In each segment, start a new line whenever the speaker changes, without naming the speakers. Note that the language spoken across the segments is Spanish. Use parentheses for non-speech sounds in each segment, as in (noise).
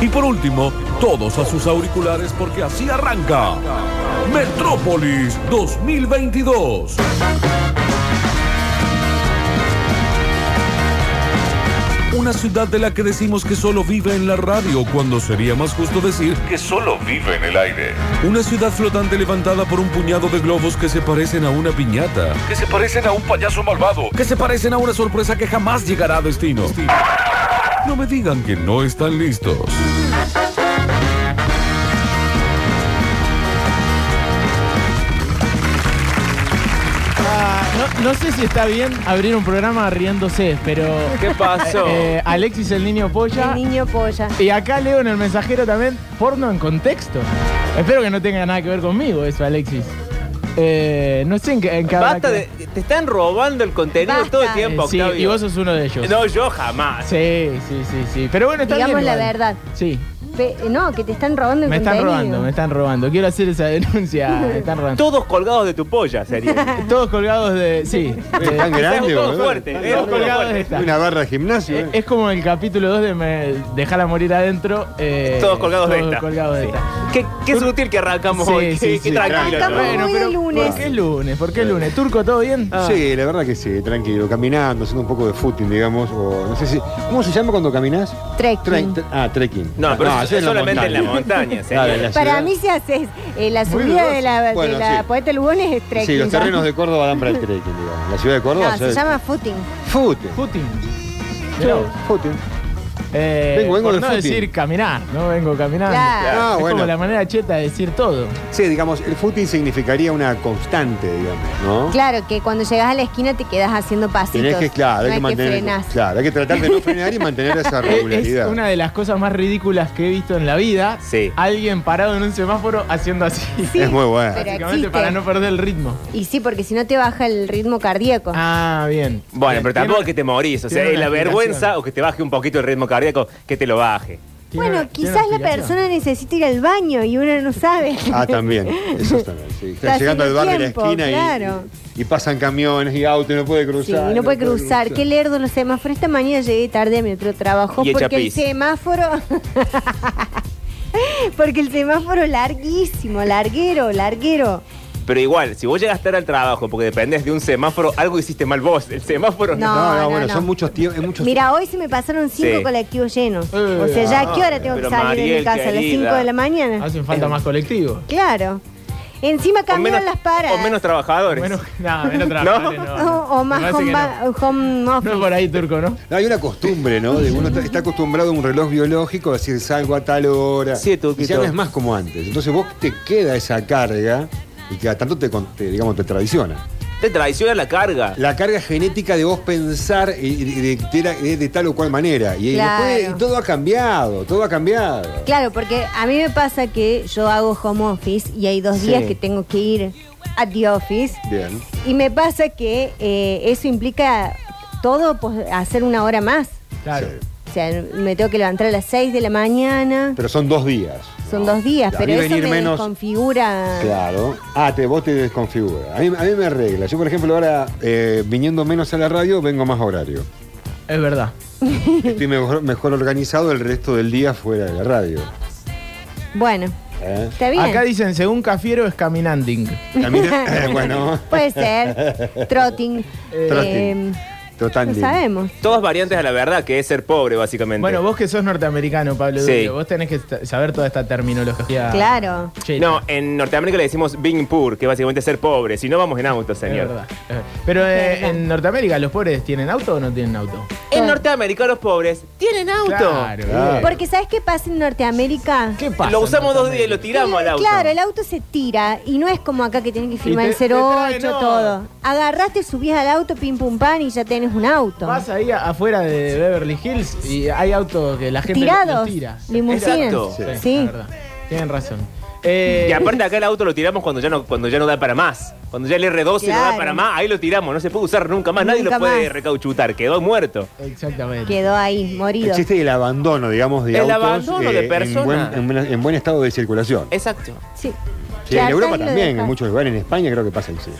Y por último, todos a sus auriculares porque así arranca Metrópolis 2022. Una ciudad de la que decimos que solo vive en la radio, cuando sería más justo decir que solo vive en el aire. Una ciudad flotante levantada por un puñado de globos que se parecen a una piñata, que se parecen a un payaso malvado, que se parecen a una sorpresa que jamás llegará a destino. No me digan que no están listos.
Ah, no, no sé si está bien abrir un programa riéndose, pero.
¿Qué pasó?
(laughs) eh, Alexis, el niño polla.
El niño polla.
Y acá leo en el mensajero también porno en contexto. Espero que no tenga nada que ver conmigo eso, Alexis. Eh, no sé en, qué- en qué habrá
Basta,
que-
de- te están robando el contenido
Basta.
todo el
Eh,
tiempo,
sí,
Octavio.
y vos sos uno de ellos.
No, yo jamás.
Sí, sí, sí, sí. Pero bueno, está
Digamos
bien.
la
igual.
verdad.
Sí,
Pe- no, que te están robando el
me están
contenido.
robando, me están robando. Quiero hacer esa denuncia. Me están
(laughs)
robando.
Todos colgados de tu polla, sería.
(laughs) Todos colgados de.
(laughs)
Sí.
Es tan
de-
grande,
Todo
boludo.
fuerte,
Tan
eh,
todos
grande.
colgados de esta.
Una barra de gimnasio.
Eh,
eh.
Es como el capítulo 2 de me, Dejala morir adentro. eh,
Todos colgados de
todos
esta.
colgados de esta.
qué, qué sutil que arrancamos
Sí,
hoy. Qué,
sí,
qué
sí.
tranquilo.
Arrancamos
¿no?
muy de lunes.
¿Por qué lunes? ¿Por qué lunes? ¿Turco todo bien?
Ah.
Sí, la verdad que sí, tranquilo, caminando, haciendo un poco de footing, digamos, o no sé si. ¿Cómo se llama cuando caminas?
Trekking.
Trek- tre- ah, trekking.
No, pero es-
hacer
es solamente en la montaña, señor.
(laughs) Claro, en la
Para
ciudad.
mí si haces eh, la
Muy
subida de
dudoso.
la, de
Bueno,
la
sí.
Poeta Lugones es trekking.
Sí, los
¿no?
terrenos de Córdoba dan para el trekking, digamos. La ciudad de Córdoba.
No, se
¿sabes?
llama footing.
Footing.
Putin. Mirá vos.
Sí, Footing.
Eh,
Vengo- vengo
por
de
no
footing.
decir caminar, no vengo caminando.
Claro.
Ah,
es
bueno.
como la manera cheta de decir todo.
Sí, digamos, el footing significaría una constante, digamos, ¿no?
Claro, que cuando llegas a la esquina te quedas haciendo pasitos.
Tenés que, claro,
no
hay que mantener.
frenás.
Claro, hay que tratar de no frenar y mantener esa
Eh,
regularidad.
Es una de las cosas más ridículas que he visto en la vida.
Sí.
Alguien parado en un semáforo haciendo así.
Sí,
Es muy buena.
pero
(laughs) Básicamente
existe.
para no perder el ritmo.
Y sí, porque si no te baja el ritmo cardíaco.
Ah, bien.
Bueno, pero
Tiene-
tampoco es que te morís. O sea,
tiene
es
una
la vergüenza
explicación.
o que te baje un poquito el ritmo cardíaco, que te lo baje.
tiene
bueno,
una- tiene una
quizás la
explicación.
persona necesita ir al baño y uno no sabe.
Ah, también. Eso también. Sí. Está
Está
llegando al
haciendo
barrio de la
tiempo,
esquina y-
claro.
y, pasan camiones y autos y no puede
Sí,
cruzar.
no puede cruzar. Qué lerdo los semáforos. Esta mañana llegué tarde a mi otro trabajo
Y echa
porque el
pis.
semáforo. (laughs) porque el semáforo es larguísimo, larguero, larguero.
Pero igual, si vos llegas tarde al trabajo porque dependés de un semáforo, algo hiciste mal vos. El semáforo no.
No, no,
no,
bueno,
no.
son muchos tiempos. Muchos
Mira, hoy se me pasaron cinco
Sí.
colectivos llenos.
Eh,
o sea, ¿ya a qué hora
ah,
tengo que
pero
salir de mi
Mariel,
casa? ¿A las
querida.
5 de la mañana?
Hacen falta más colectivos.
Claro. Encima
Con
cambiaron las paras.
con menos trabajadores.
Bueno,
(laughs)
no, menos trabajadores, no.
o, o
Me
más
parece
home,
que
ba- home
No. No
office.
es por ahí, Turco, ¿no?
No, hay una costumbre, ¿no? De uno está, está acostumbrado a un reloj biológico, a decir salgo a tal hora.
Sí, Turquito.
Y ya no es más como antes. Entonces vos te queda esa carga y que a tanto te, con- te, digamos, te traiciona.
Te traiciona la carga.
La carga genética de vos pensar y- y- de, de- de- de tal o cual manera. Y,
Claro.
después- y todo ha cambiado, todo ha cambiado.
Claro, porque a mí me pasa que yo hago home office y hay dos días
Sí.
que tengo que ir a the office.
Bien.
Y me pasa que eh, eso implica todo pues, hacer una hora más.
Claro.
Sí.
O sea, me tengo que levantar a las 6 de la mañana.
Pero son dos días.
Son dos días,
A
pero
mí
eso me
venir menos-
desconfigura.
Claro. Ah, te, vos te desconfigura. A mí, a mí me arregla. Yo, por ejemplo, ahora eh, viniendo menos a la radio, vengo más a horario.
Es verdad.
Estoy mejor, mejor organizado el resto del día fuera de la radio.
Bueno,
¿eh?
está bien.
Acá dicen, según Cafiero, es caminanding.
(laughs)
Camina- eh, (laughs) bueno,
Puede
(laughs)
ser. Trotting.
Eh, Trotting.
no
total.
sabemos.
Todas variantes a la verdad, que es ser pobre, básicamente.
Bueno, vos que sos norteamericano, Pablo
Sí.
Durio, vos tenés que sta- saber toda esta terminología.
Claro.
cheta.
No, en Norteamérica le decimos being poor, que básicamente es ser pobre. Si no, vamos en auto,
Es
señor.
verdad, es verdad. Pero eh,
Es verdad.
en Norteamérica, ¿los pobres tienen auto o no tienen auto?
En Norteamérica los pobres tienen auto.
Claro.
Claro.
bien.
Porque ¿sabes qué pasa en Norteamérica?
¿Qué pasa?
Lo
en
usamos dos días y
Norteamérica?
lo tiramos al auto.
Eh, Claro, el auto se tira y no es como acá que tienen que firmar
Y
el
te- te trae,
08,
no.
todo. Agarraste, subís al auto, pim pum pan y ya tenés un auto.
Vas ahí a- afuera de Beverly Hills y hay autos que la gente los- los
Tirados,
tira.
limusinas.
Exacto.
Sí.
la verdad. Tienen razón. Eh,
Y aparte acá el auto lo tiramos cuando ya no, cuando ya no da para más. Cuando ya el R12 no
Claro.
da para más, ahí lo tiramos, no se puede usar nunca más, nadie
Nunca
lo puede
más.
recauchutar, quedó muerto.
Exactamente.
Quedó ahí, morido.
Existe el abandono, digamos, de
El
autos. eh,
abandono de
en
personas. Eh,
buen- En buen, en buen estado de circulación.
Exacto.
Sí.
Sí,
Que
en
acá
Europa
lo
también,
deja.
en muchos lugares. En España creo que pasa así.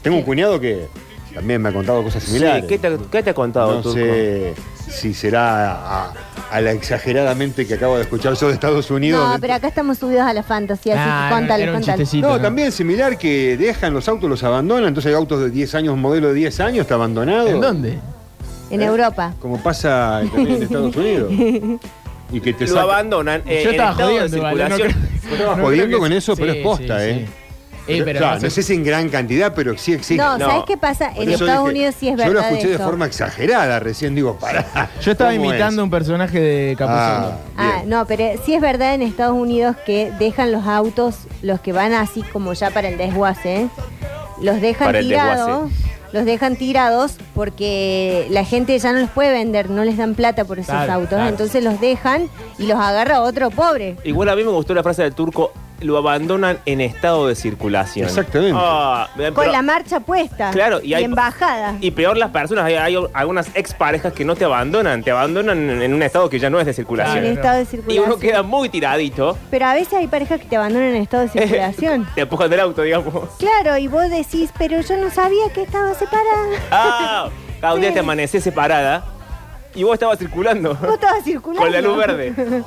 Tengo un cuñado que también me ha contado cosas similares.
¿qué, te, qué te ha contado
No
Turco?
sé si será a, a la exageradamente que acabo de escuchar yo de Estados Unidos.
No,
de-
pero acá estamos subidos a la fantasía,
Nah,
así que contale,
era un
contale.
chistecito,
No, también similar que dejan los autos, los abandonan. Entonces hay autos de 10 años, modelo de 10 años, está abandonado.
¿En dónde?
En Europa.
Como pasa también en Estados (laughs) Unidos. Y que te
Lo
sacan-
abandonan eh,
Yo
en
estaba
estado
jodiendo,
de
igual, no creo-
circulación.
no
Estabas
creo
jodiendo
que-
con eso, pero es posta, ¿eh?
Eh, pero
O sea,
no sé-
no sé si en gran cantidad, pero sí existe.
no,
no.
¿sabes qué pasa?
Por
En
eso
Estados
dije,
Unidos sí es
Yo lo
verdad
escuché de
eso.
forma exagerada recién, digo, pará.
Yo estaba
¿cómo
imitando
es?
un personaje de Capuzoto.
Ah,
Ah,
bien.
no, pero sí es verdad en Estados Unidos que dejan los autos, los que van así como ya para el desguace, ¿eh? los dejan
Para el
tirados, los dejan tirados porque la gente ya no los puede vender, no les dan plata por esos
Claro,
autos,
claro.
entonces los dejan y los agarra otro pobre.
(laughs) Igual a mí me gustó la frase del turco, lo abandonan en estado de circulación.
Exactamente.
Ah, pero-
Con la marcha puesta
Claro, y
y,
hay-
embajada.
y peor las personas, hay, hay algunas exparejas que no te abandonan, te abandonan en, en un estado que ya no es de
en
Claro.
circulación.
estado de
Y
circulación.
uno queda muy tiradito.
Pero a veces hay parejas que te abandonan en
(laughs)
estado de circulación.
Te empujan del auto, digamos.
claro, y vos decís, pero yo no sabía que estaba separada.
Ah, cada un día te amaneces separada y vos estabas (laughs) circulando
Vos estabas circulando.
con la luz verde.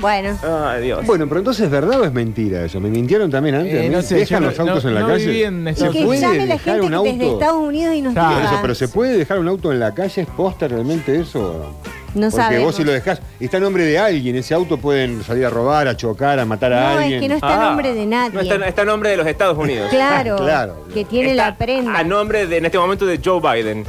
Bueno.
Ay, Dios.
Bueno, pero entonces, ¿es verdad o es mentira eso? ¿Me mintieron también antes?
Eh,
¿Me
no sé,
¿Dejan
yo
los
no-
autos
no-
en la
no
calle?
viví en
¿Se
Estados
Que
puede
Unidos.
llame la
dejar
gente
un
que
auto?
desde Estados Unidos y nos
Claro,
Por
diga.
eso, pero ¿se puede dejar un auto en la calle? ¿Es posta realmente eso?
No
Porque vos
sabemos.
si lo dejás, y está en nombre de alguien, ese auto pueden salir a robar, a chocar, a matar a
No,
alguien.
es que no está a
Ah,
nombre de nadie.
No está, está a nombre de los Estados Unidos.
Claro,
(laughs) Claro. Ah,
que tiene
Está
la prenda.
A nombre, de, en este momento, de Joe Biden.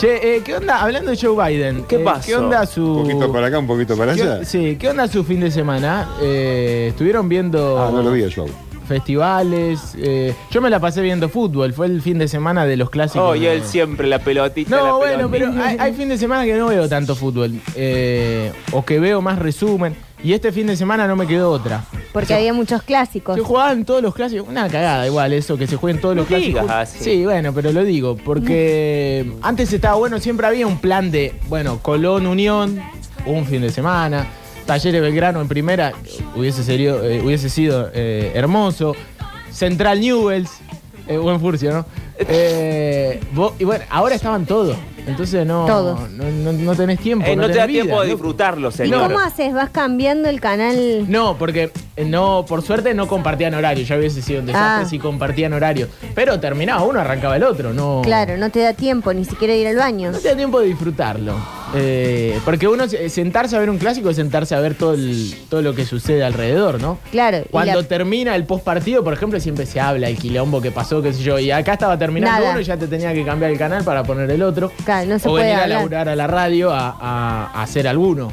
Che, eh, ¿qué onda? Hablando de Joe Biden.
¿Qué
eh,
pasó?
¿Qué onda su.
Un poquito para acá, un poquito para
¿Qué-
allá.
sí, ¿qué onda su fin de semana? Eh, ¿Estuvieron viendo
Ah, no lo vi yo.
festivales? Eh, yo me la pasé viendo fútbol, fue el fin de semana de los clásicos.
Oh, y él siempre la pelotita. la
No, bueno,
pelotita.
pero hay, hay fin de semana que no veo tanto fútbol. eh, o que veo más resumen. Y este fin de semana no me quedó otra.
Porque había muchos clásicos.
Se jugaban todos los clásicos. Una cagada igual eso, que se jueguen todos
No
los clásicos.
digas ah, así.
Sí, bueno, pero lo digo,
(laughs)
porque antes estaba bueno, siempre había un plan de, bueno, Colón, Unión, un fin de semana, Talleres Belgrano en primera, hubiese, serio- eh, hubiese sido eh, hermoso, Central Newells, eh, buen furcio,
(laughs)
¿no? Eh, vos- y bueno, ahora estaban todos, entonces no,
Todos.
no, no- no tenés tiempo.
Eh, no te da
tenés
tiempo
vida,
de
loco.
disfrutarlo,
¿Y
señor.
cómo haces? ¿Vas cambiando el canal?
No, porque eh, no, por suerte no compartían horario. Ya hubiese sido un desastre
Ah.
si compartían horario. Pero terminaba uno, arrancaba el otro, no.
Claro, no te da tiempo ni siquiera ir al baño.
No te da tiempo de disfrutarlo. Eh, porque uno eh, sentarse a ver un clásico es sentarse a ver todo, el- todo lo que sucede alrededor, ¿no?
Claro, y
Cuando
la-
termina el post partido, por ejemplo, siempre se habla el quilombo que pasó, qué sé yo. Y acá estaba terminando
Nada.
uno y ya te tenía que cambiar el canal para poner el otro.
Claro, no se
o
puede
venir a
hablar.
laburar a la radio a, a- a hacer alguno.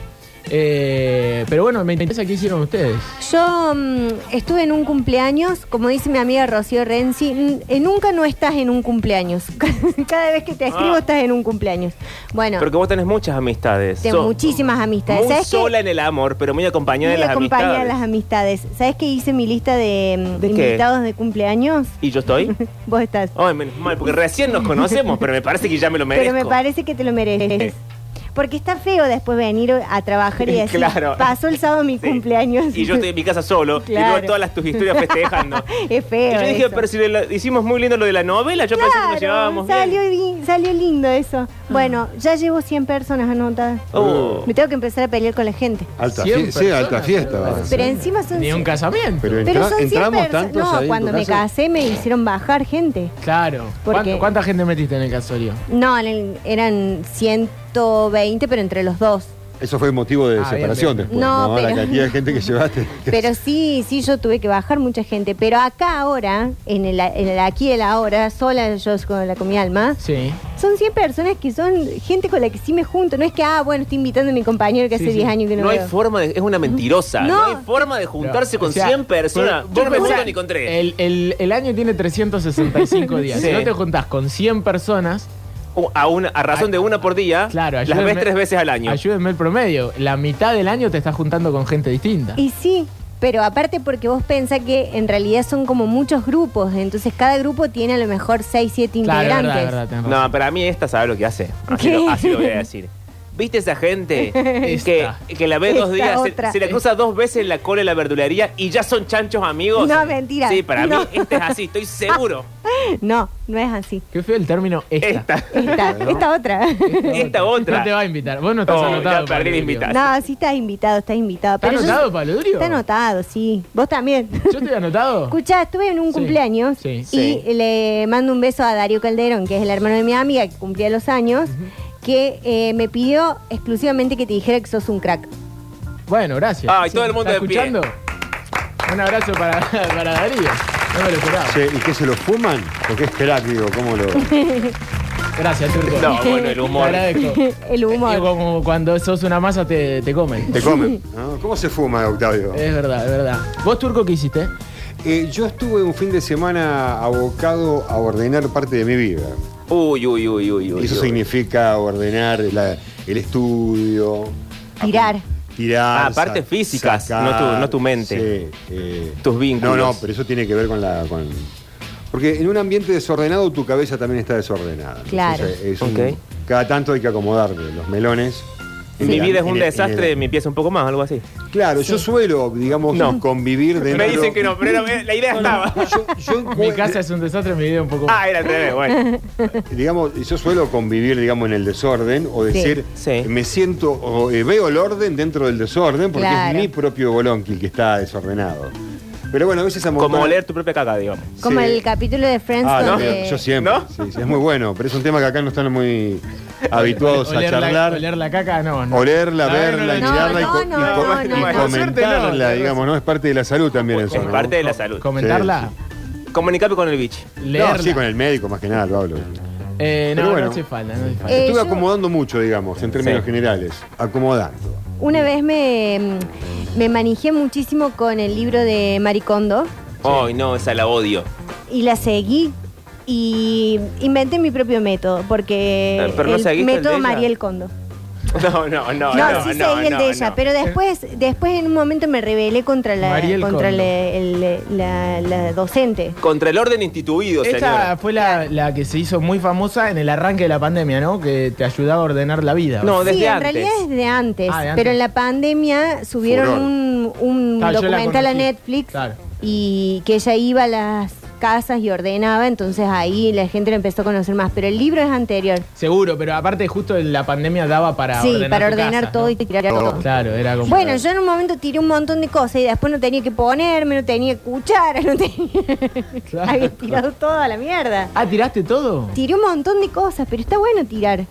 Eh, pero bueno, me interesa qué hicieron ustedes.
Yo mm, estuve en un cumpleaños, como dice mi amiga Rocío Renzi, n- eh, nunca no estás en un cumpleaños. (laughs) Cada vez que te escribo
Ah.
estás en un cumpleaños. Bueno,
Porque vos tenés muchas amistades.
tengo
Sos
muchísimas amistades.
Muy
¿Sabes qué?
sola en el amor, pero muy acompañada en
Me
las
acompaña
amistades.
las amistades. ¿Sabes qué hice mi lista de, mm,
¿De qué?
invitados de cumpleaños?
¿Y yo estoy?
Vos estás.
Ay, menos mal, porque recién nos conocemos, pero me parece que ya me lo merezco.
Pero me parece que te lo mereces. Porque está feo después venir a
(laughs)
trabajar y decir,
Claro.
pasó el sábado mi
Sí.
cumpleaños.
Y yo estoy en mi casa solo y
Claro.
veo todas las, tus historias festejando.
(laughs) es
y
feo.
yo dije,
eso.
pero si lo- hicimos muy lindo lo de la novela, yo pensé que nos
Claro,
llevábamos bien. Mm.
salió, bien- salió lindo eso. Bueno, ya llevo 100 personas anotadas.
Oh.
Me tengo que empezar a pelear con la gente.
Alta,
Cien
fie- sí, alta
personas,
fiesta.
pero-
va.
Pero encima son...
Ni un casamiento.
Pero
Pero
entra-
son 100
entramos
personas.
tantos
No,
ahí en
cuando
tu
me
casa.
casé me hicieron bajar gente.
Claro.
Porque-
¿Cuánto- ¿Cuánta gente metiste en el casorio?
No, en el- eran 120, pero entre los dos.
Eso fue motivo de
Ah, bien,
separación
bien.
después.
No,
No, la
pero-
cantidad de gente que llevaste.
Pero sí, sí, yo tuve que bajar mucha gente. Pero acá ahora, en el, en el aquí y la ahora, sola yo con la con mi alma,
Sí.
son 100 personas que son gente con la que sí me junto. No es que, ah, bueno, estoy invitando a mi compañero que
Sí,
hace
sí.
10 años que no,
No hay
veo.
forma de. Es una mentirosa. No,
No.
hay forma de juntarse
O
con
sea,
100 personas.
pero-
Yo no me
o sea,
junto ni con 3.
El, el- el año tiene
(laughs)
365 días.
Sí.
Si no te juntás con 100 personas,
A, una, a razón de una por día,
claro,
las ves
ayúdenme-
tres veces al año.
Ayúdenme el promedio. La mitad del año te estás juntando con gente distinta.
Y sí, pero aparte porque vos pensás que en realidad son como muchos grupos. Entonces cada grupo tiene a lo mejor 6, 7
claro, es
integrantes.
verdad, es verdad, tenés razón.
No, para mí esta sabe lo que hace. Así,
¿Qué?
lo, así lo voy a decir. ¿Viste
(laughs)
esa gente que,
Esta.
que la ve dos
Esta
días, se-
otra.
se, la cruza dos veces la cola en la verdulería y ya son chanchos amigos?
No, mentira.
Sí, para
No.
mí este es así, estoy
(laughs)
seguro.
No, no es así.
Qué feo el término esta.
Esta,
(laughs)
Esta, esta otra.
esta otra.
No te va a invitar. Vos no estás
No, ya
anotado.
perdí
Pablo
la
Durio.
invitación.
No, sí estás invitado, estás invitado.
¿Está
Pero yo-
anotado, Pablo Durio?
Está anotado, sí. Vos también. (laughs)
¿Yo estoy anotado?
Escuchá, estuve en un
Sí,
cumpleaños
sí.
y
Sí.
le mando un beso a Darío Calderón, que es el hermano de mi amiga, que cumplía los años, que eh, me pidió exclusivamente que te dijera que sos un crack.
Bueno, gracias.
Ay, Ah, todo el mundo
¿Está
de pie.
escuchando? Un abrazo para, (laughs) para Darío. No me lo esperaba.
Che, ¿Y qué se lo fuman? Porque es crack, digo, ¿cómo lo.?
Gracias, Turco.
No, bueno, el humor.
Te
(laughs)
agradezco.
(laughs)
Es
El humor.
como cuando sos una masa te, te comen.
Te comen. ¿no? ¿Cómo se fuma, Octavio?
Eh,
Es verdad, es verdad. ¿Vos, Turco, qué hiciste?
Eh, yo estuve un fin de semana abocado a ordenar parte de mi vida.
Uy, uy, uy, uy, uy.
Eso
uy.
significa ordenar la- el estudio.
Tirar.
Tirar.
Ah, partes
sa-
físicas, no tu- no tu mente.
sí, eh,
Tus vínculos.
No, no, pero eso tiene que ver con la. con- porque en un ambiente desordenado tu cabeza también está desordenada.
Claro.
Entonces, es un-
Ok.
cada tanto hay que acomodarle los melones.
Mi vida es
En
un
el- en
desastre,
el-
mi pieza un poco más, algo así.
Claro, yo suelo, digamos,
No.
convivir dentro.
Me dicen que no, pero la idea estaba.
Yo, yo
Mi
encuentro-
casa es un desastre, mi vida un poco.
Ah, era al revés, bueno.
digamos, yo suelo convivir, digamos, en el desorden o decir,
Sí.
me siento, o, eh, veo el orden dentro del desorden porque
Claro.
es mi propio bolonqui el que está desordenado. Pero bueno, a veces amontona-
Como leer tu propia caca, digamos.
Como
Sí.
el capítulo de Friends
Ah, no,
donde-
yo siempre.
¿No?
sí, sí, es muy bueno, pero es un tema que acá no están muy habituados a
Oler la-
charlar.
oler la caca, no. no.
Olerla,
No,
verla,
no,
no,
mirarla y
no,
co- y,
no,
co-
no,
y
no, no.
Por suerte
comentarla,
no,
digamos, ¿no? Es parte de la salud también eso,
Es
¿no?
Pues parte de la salud.
Comentarla,
Comunicarme con el bicho.
No,
leerla.
sí, con el médico más que nada lo hablo.
Eh, no,
Pero bueno.
no hace falta, no hace falta.
Eh,
Estuve
yo-
acomodando mucho, digamos, en términos
Sí.
generales. Acomodando.
Una vez me, mm, me manejé muchísimo con el libro de Maricondo
Ay, no, esa la odio.
y la seguí y inventé mi propio método porque
Eh, pero no
el
seguiste el
método
de ella.
Mariel Condo.
No, no, no, no.
No, sí seguí el
no,
de ella,
no.
pero después, después en un momento me rebelé contra la,
Eh. Mariel
contra
Condo.
la, el- la- la docente.
Contra el orden instituido,
Esta
señora.
fue la, la que se hizo muy famosa en el arranque de la pandemia, ¿no? Que te ayudaba a ordenar la vida.
No, desde
sí, en
antes.
realidad es de antes,
Ah, de antes.
pero en la pandemia
Furor.
subieron un, un
Ah, yo la
documental a
conocí.
Netflix
Claro.
y que ella iba a las casas y ordenaba, entonces ahí la gente lo empezó a conocer más, pero el libro es anterior.
Seguro, pero aparte justo la pandemia daba para
sí,
ordenar
para
tu
ordenar
casa,
todo
¿no?
y tirar todo.
Claro, era como...
Bueno, yo en un momento tiré un montón de cosas y después no tenía que ponerme, no tenía cuchara, (laughs) no tenía...
Claro.
Había tirado todo a la mierda.
Ah, ¿tiraste todo?
Tiré un montón de cosas, pero está bueno tirar.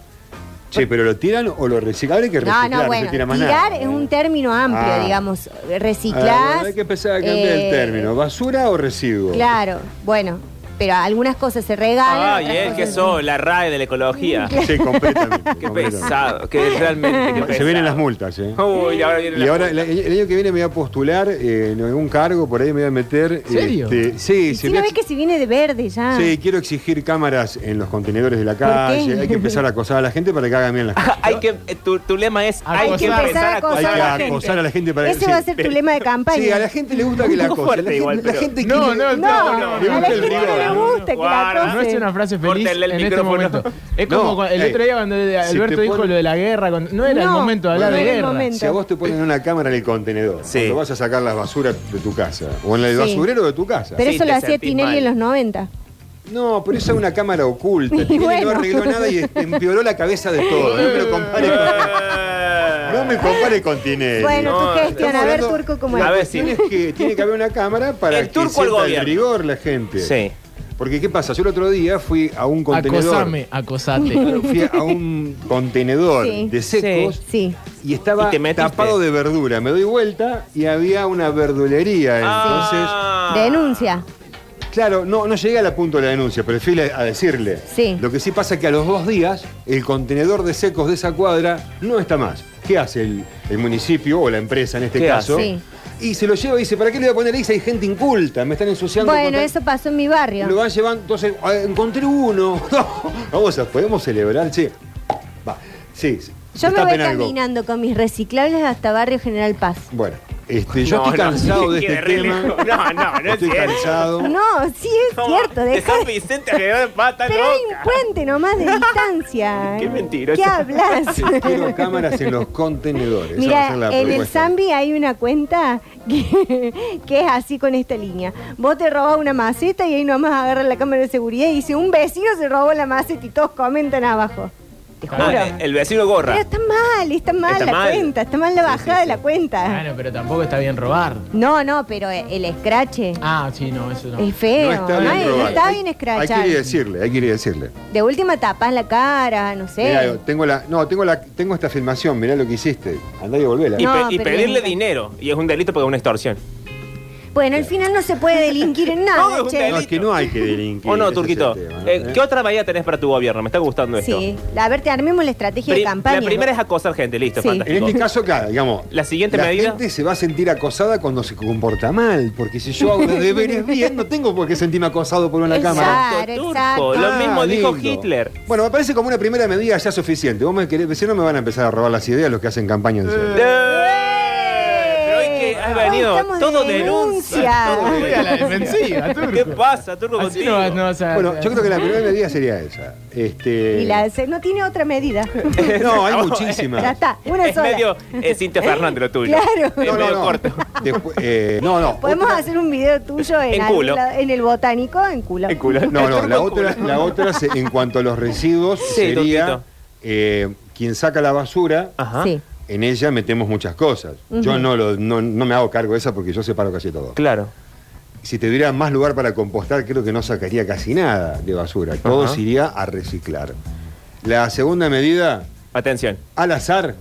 Che, pero lo tiran o lo reciclan. Ahora hay que
No,
reciclar,
no, bueno,
se tira más
tirar
nada.
es un término amplio,
Ah.
digamos.
Ah,
Reciclar.
bueno, hay que empezar a cambiar el término. ¿Basura o residuo?
eh, Claro, bueno, pero algunas cosas se regalan.
Ay,
otras
es que
cosas-
sos la RAE de la ecología.
Sí, completamente.
(laughs) Qué
completamente.
pesado, que realmente. qué
(laughs) Se
pesado.
vienen las multas, ¿eh?
Uy, ahora vienen
Y
las
ahora el el año que viene me voy a postular eh, en algún cargo, por ahí me voy a meter.
¿Serio?
este, sí,
Y
se
si
voy
no
a
ves que se viene de verde ya.
Sí, quiero exigir cámaras en los contenedores de la calle.
qué?
Hay que empezar a acosar a la gente para que hagan bien
(laughs)
las cosas.
(laughs) hay que, eh, tu, tu lema es
Acosar.
hay que empezar a
Acosar
Hay
acosar
que (laughs)
a la gente.
acosar a la gente para
Ese
sí.
va a ser tu lema de campaña.
Sí, a la gente le gusta que la
Un poco
acosen.
fuerte
La gente,
igual,
la
pero-
gente
No,
quiere-
no,
No,
no,
a
le
la
gusta el
gente no
rigor.
le
¿no?
gusta que la
Guarda.
acosen.
No es una frase feliz
Córtenle el
en este
micrófono.
momento. Es como
No,
cu- el
ey,
otro día cuando de-
si
Alberto
te
dijo
pon-
lo de la guerra. cuando- no era el
No,
momento de hablar
no
de
era el
guerra.
momento.
Si a vos te ponen una cámara en el contenedor,
Sí.
cuando vas a sacar las basuras de tu casa, o en el
Sí.
basurero de tu casa.
Pero
Sí,
eso
te
lo hacía
sentís
Tinelli
mal.
en los 90.
No, pero esa es una
(laughs)
cámara oculta. Tinelli
bueno.
No arregló
(laughs)
nada y empeoró la cabeza de todo. No me lo compare con, pues.
Eh.
no me compare con Tinelli.
bueno,
no,
tu gestión.
estamos
A ver,
hablando-
Turco, cómo
A
es.
ver, sí.
Tienes que, tiene que haber una cámara para
El
que
turco al
sienta el
gobierno.
rigor la gente.
Sí.
Porque ¿qué pasa? Yo el otro día fui a un contenedor.
Acosame,
(laughs)
acosate.
Fui a un contenedor
Sí.
de secos
Sí.
y estaba
Y te metiste.
tapado de verdura. Me doy vuelta y había una verdulería. Entonces,
Ah.
Denuncia.
claro, no, no llegué al punto de la denuncia, pero fui a a decirle.
Sí.
Lo que sí pasa es que a los dos días el contenedor de secos de esa cuadra no está más. ¿Qué hace el, el municipio o la empresa en este
¿Qué
caso?
hace?
Y se lo lleva y dice, ¿para qué le voy a poner ahí si hay gente inculta? Me están ensuciando.
Bueno,
con-
eso pasó en mi barrio.
Lo van llevando, entonces ah, encontré uno. (laughs) Vamos a, podemos celebrar, che. Va, sí. sí.
Yo me
Destapen
voy
algo.
caminando con mis reciclables hasta Barrio General Paz.
Bueno, Este, yo
No,
estoy
no, (laughs)
cansado de
quede
este
re
tema.
lejos. No, no, no es
Estoy
cierto.
cansado.
No, sí es
¿Cómo?
cierto.
De
Deja
San Vicente a General Paz, tan
Pero hay un
loca.
puente nomás
(laughs)
de distancia.
Qué mentiroso.
¿Qué hablas?
Quiero cámaras en los contenedores. Esa va a
(laughs) Mira,
ser la
en el
propuesta.
Zambi hay una cuenta que, que (laughs) es así con esta línea. Vos te robás una maceta y ahí nomás agarras la cámara de seguridad y dice, un vecino se robó la maceta y todos comentan abajo. Te juro.
Ah, el- el vecino gorra.
Pero está mal, está mal
Está
la
mal.
cuenta, está mal la bajada de la cuenta.
Claro, pero tampoco está bien robar.
No, no, pero el escrache
Ah, sí, no, eso no.
es feo.
No está
no
bien
hay- no
robar.
está
Hay-
bien
Hay
escrachar.
que ir a decirle, hay que ir a decirle.
De última tapás la cara, no sé.
Mirá, tengo la, no, tengo la, tengo esta filmación, mirá lo que hiciste. Andá y volvela.
Y,
No,
pe- y
pero
pedirle
bien.
dinero. Y es un delito porque es una extorsión.
Bueno, al final no se puede delinquir
(laughs)
en nada,
No, es un
che.
No, es que no hay que delinquir.
(laughs) ¿O no,
ese es
Turquito?
el tema, ¿no?
Eh, ¿Qué otra bahía tenés para tu gobierno? Me está gustando esto.
Sí, a ver, te armemos la estrategia de
Pri-
campaña.
La primera es acosar gente, listo,
Sí.
En
fantástico.
este caso, claro, digamos.
La siguiente
la
medida-
gente se va a sentir acosada cuando se comporta mal. Porque si yo hago los deberes bien, no tengo por qué sentirme acosado por una
Exacto.
cámara.
Claro,
Turco,
exacto.
Lo
Ah,
mismo dijo
lindo.
Hitler.
Bueno, me parece como una primera medida ya suficiente. Vos me querés, si no me van a empezar a robar las ideas los que hacen campaña en serio.
Pero hoy que has
Hoy
venido
Ah, estamos de
todo
denuncia.
denuncia. todo
Voy a la
(laughs)
defensiva,
denuncia.
Turco.
¿Qué pasa, Turco,
Así
contigo?
no vas- no vas a-
Bueno, yo creo que la primera medida sería esa. Este...
Y
(laughs)
la se- no tiene otra medida.
No, hay
(laughs) ya
muchísimas.
está, una
es
sola. ¿Eh?
medio es Cintia Fernández lo tuyo.
Claro.
Es
No, no,
medio
no.
corto.
Después, eh, no, no.
Podemos
(laughs)
hacer un video tuyo en,
En
algún
culo.
lado- en el botánico, en culo.
En culo.
No, no, la
Turco en
otra,
culo.
la otra se- en cuanto a los residuos
Sí,
sería
Totito.
eh, quien saca la basura,
Ajá.
Sí.
en ella metemos muchas cosas. Yo no, lo- no, no me hago cargo de esa porque yo separo casi todo.
Claro.
Si te diera más lugar para compostar, creo que no sacaría casi nada de basura. Todo
Ajá.
se iría a reciclar. La segunda medida,
Atención.
al azar,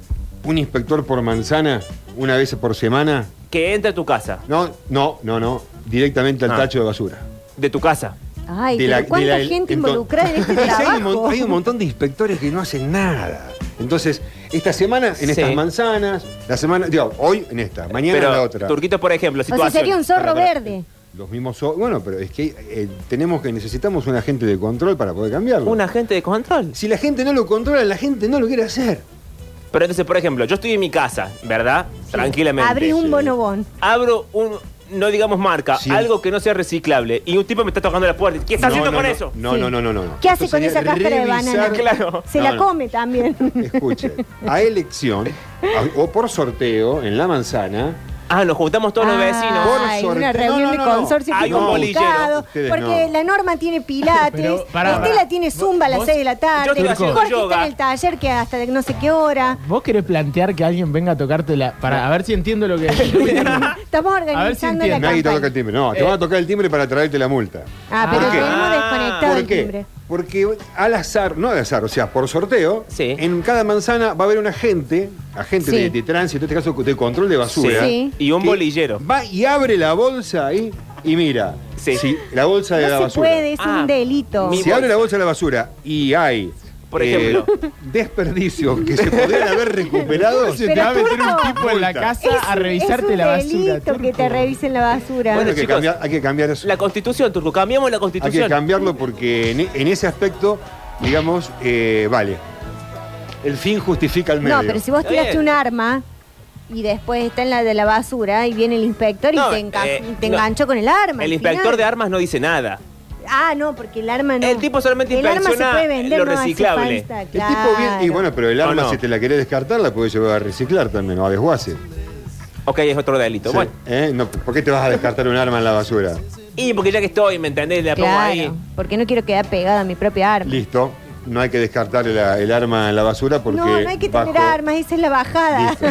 un inspector por manzana, una vez por semana.
Que entre a tu casa.
No, no, no, no. Directamente al
Ah.
tacho de basura.
De tu casa.
Ay,
de
pero
la- de
cuánta
la-
gente
ento-
involucrada en este
(laughs) Sí, Hay, un,
trabajo.
mon- hay un montón de inspectores que no hacen nada. Entonces, esta semana en
Sí.
estas manzanas, la semana, digo, hoy en esta, mañana
Pero,
en la otra.
Turquito, por ejemplo,
o sea,
situación.
sería un zorro
Para, para.
verde.
Los mismos, so- bueno, pero es que eh, tenemos que necesitamos un agente de control para poder cambiarlo.
Un agente de control.
Si la gente no lo controla, la gente no lo quiere hacer.
Pero entonces, por ejemplo, yo estoy en mi casa, ¿verdad? Tranquilamente.
Abrís un bonobón.
Abro un, no digamos marca,
Sí.
algo que no sea reciclable. Y un tipo me está tocando la puerta. ¿Qué está
No,
haciendo
no,
con
no.
eso?
No,
Sí.
no, no, no, no.
¿Qué hace
Esto
con
sería
esa cáscara de
revisar-
banana?
Claro.
Se
No,
la
no.
come también.
Escuche, a elección a- o por sorteo en la manzana,
Ah, nos juntamos todos los vecinos.
Por
Ay,
sorteo.
una
No,
reunión
no,
de
no, no.
consorcio
Hay
que es
un bolillero.
complicado,
Ustedes
Porque
no.
la norma tiene pilates,
Pero, pará,
Estela
pará.
tiene zumba a las
¿Vos-
6 de la tarde,
Yo estoy
haciendo
Jorge
yoga.
está en el taller que hasta de no sé qué hora.
¿Vos querés plantear que alguien venga a tocarte la. para a ver si entiendo
(laughs)
lo que. (laughs) Pero
Estamos organizando la
entiendo.
nadie te toca
campaña.
el timbre. No, te
Eh.
van a tocar el timbre para traerte la multa.
Ah,
¿Por
pero
qué?
tenemos desconectado
¿Por
el
qué?
timbre.
Porque al azar, no al azar, o sea, por sorteo,
Sí.
en cada manzana va a haber un agente, agente
Sí.
de, de tránsito, en este caso de control de basura,
Sí.
Y un
que
bolillero.
Va y abre la bolsa ahí y mira,
Sí.
si la bolsa de la
No se
basura.
puede, es
Ah,
un delito.
mi-
Si abre la bolsa de la basura y hay
Por ejemplo.
(laughs) desperdicios que se podrían
(laughs)
haber recuperado,
Se te va a meter un
Turco,
tipo en la
multa.
casa
Es-
a revisarte
es
la
un
basura.
delito que
Turco.
te revisen la basura.
Bueno,
hay, que
chicos,
cambiar, hay que cambiar eso.
La constitución, Turco. Cambiamos la
Hay que
constitución.
cambiarlo porque en, en ese aspecto, digamos, eh, vale. El fin justifica el medio.
no, pero si vos
Está
tiraste
bien.
un arma y después está en la de la basura y viene el inspector
No,
y te, enca-
eh,
te
no.
enganchó con el arma.
el
al
inspector
final.
de armas no dice nada.
Ah, no, porque el arma no.
El tipo solamente
el arma se
inspecciona
puede vender,
lo
no hace
reciclable.
falta,
El tipo bien, y
claro.
bueno, pero el
No,
arma,
no.
si te la querés descartar, la puedes llevar a reciclar también o a desguace.
Ok, es otro delito.
Sí.
Bueno.
¿Eh? No, ¿Por qué te vas a descartar un arma en la basura?
Y porque ya que estoy, ¿me entendés? La pongo ahí.
Claro, porque no quiero quedar pegada a mi propia arma.
Listo. No hay que descartar el, el arma en la basura porque.
no, no hay que tener
bajo-
armas, esa es la bajada. (laughs)
Listo.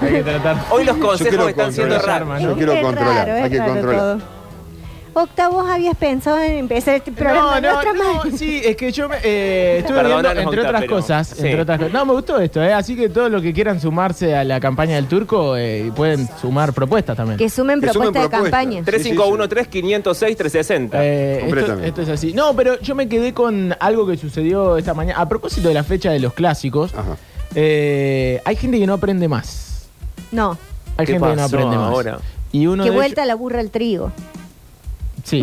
Bueno, perfecto.
Hay que tratar.
Hoy los
Yo
consejos
quiero
están siendo
controlar.
raros.
Yo
Es-
quiero
es
controlar.
raro, es
hay que
raro
controlar.
todo. Octa, vos habías pensado en empezar este programa
No,
de otra
no,
manera.
no, sí, es que yo me, eh, estuve
Perdonanos,
viendo, entre
Octa,
otras
pero-
cosas,
sí.
entre otras cosas. No, me gustó esto, eh, así que todo lo que quieran sumarse a la campaña del turco eh, pueden sumar propuestas también.
Que sumen
Que sumen
propuestas de
propuestas.
campaña.
Sí, sí, sí.
351-3506-360.
Eh, esto,
Completamente.
esto es así. No, pero yo me quedé con algo que sucedió esta mañana. A propósito de la fecha de los clásicos,
Ajá.
eh, hay gente que no aprende más.
No,
Hay
¿Qué
gente que no
pasó
aprende
ahora?
más. Y uno
que
de
vuelta la burra al trigo.
ellos-
(laughs)
Sí.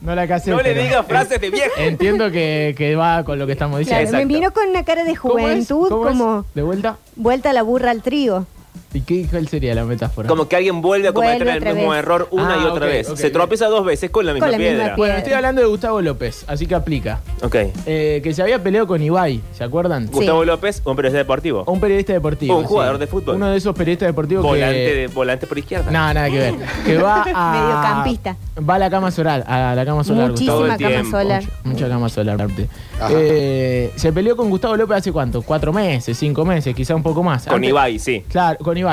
no la casé.
no le
pero-
digas frases de viejo.
Entiendo que, que va con lo que estamos
Claro,
diciendo.
me
exacto.
vino con una cara de
¿Cómo es?
juventud
¿Cómo es?
como
¿De vuelta?
vuelta la burra al trigo.
¿Y qué cuál sería la metáfora?
Como que alguien vuelve a
Vuelve
cometer el
otra
mismo
vez.
error una
Ah,
y otra
ok,
vez.
ok,
Se
ok.
tropieza dos veces con la misma
la misma
piedra.
piedra.
Bueno, estoy hablando de Gustavo López, así que aplica.
Ok.
Eh, que se había peleado con Ibai, ¿se acuerdan?
Gustavo López, un periodista deportivo.
Un periodista deportivo.
Un jugador de fútbol.
Uno de esos periodistas deportivos
volante,
que...
de- volante por izquierda.
No, nada que ver. Que
(laughs)
va a.
Mediocampista.
Va a la cama solar. A la cama solar,
Todo el
Muchísima cama
tiempo.
solar.
Gustavo. Mucha cama solar. aparte.
Ajá.
Eh, se peleó con Gustavo López hace cuánto? Cuatro meses, cinco meses, quizá un poco más.
Con
Antes-
Ibai, sí.
Claro, con Ibai.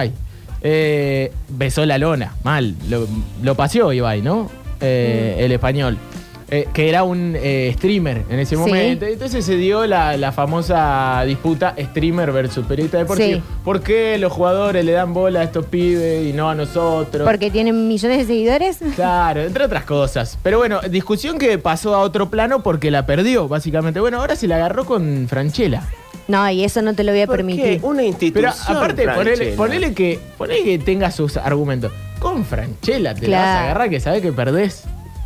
Eh, besó la lona, mal. Lo, lo paseó Ibai, ¿no? Eh,
Mm.
El español. Eh, que era un eh, streamer en ese
Sí.
momento. Entonces se dio la, la famosa disputa streamer versus periodista deportivo.
Sí.
¿Por qué los jugadores le dan bola a estos pibes y no a nosotros?
Porque tienen millones de seguidores.
Claro, entre otras cosas. Pero bueno, discusión que pasó a otro plano porque la perdió, básicamente. Bueno, ahora se la agarró con Franchella.
No, y eso no te lo voy a
¿Por qué?
permitir.
Una
Pero
institución.
aparte, ponele,
Franchella.
ponele que, ponele que tenga sus argumentos. Con Franchella te la vas a
Claro.
agarrar que sabes que perdés.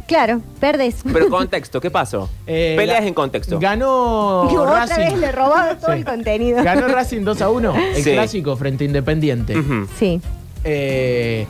Claro, perdés.
Pero contexto, ¿qué pasó?
(laughs) Eh,
Peleas
ga-
en
(laughs)
contexto.
Ganó
Que otra
Racing.
vez le robaba todo
Sí.
el contenido.
Ganó Racing 2 a 1, el
Sí.
clásico frente a Independiente.
Ujú.
Sí.
Eh,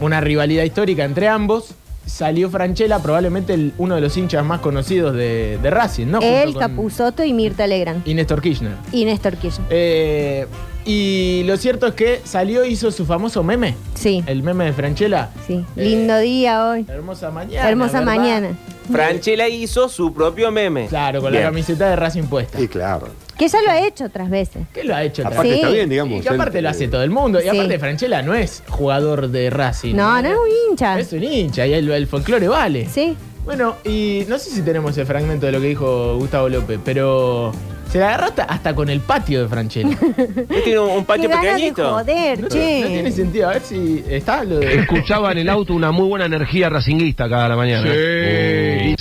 una rivalidad histórica entre ambos. Salió Franchella, probablemente el- uno de los hinchas más conocidos de, de Racing, ¿no?
Él,
Junto con
Capusotto y Mirta Legrand.
Y Néstor Kirchner.
Y Néstor Kirchner.
Eh, y lo cierto es que salió y hizo su famoso meme.
Sí,
El meme de Franchella.
sí.
Eh,
Lindo día hoy.
Hermosa mañana.
Hermosa
eh, ¿verdad?
mañana.
Franchella hizo su propio meme.
Claro, con la
Bien.
camiseta de Racing puesta.
Y claro.
Que ya lo ha hecho otras veces.
¿Qué lo ha hecho?
Aparte
Sí.
está bien,
Y
digamos.
que aparte
él,
lo hace
eh,
todo el mundo. Y
Sí.
aparte Franchella no es jugador de Racing.
No, no es un hincha.
Es un hincha y el, el folclore vale.
Sí.
Bueno, y no sé si tenemos el fragmento de lo que dijo Gustavo López, pero se la agarró hasta, hasta con el patio de
(laughs)
Franchella.
Él Este Tiene un, un patio
Qué ganas de
pequeñito.
joder,
No,
che.
no tiene sentido. A ver si está lo
(laughs)
de...
Escuchaba en el auto una muy buena energía racinguista cada la mañana.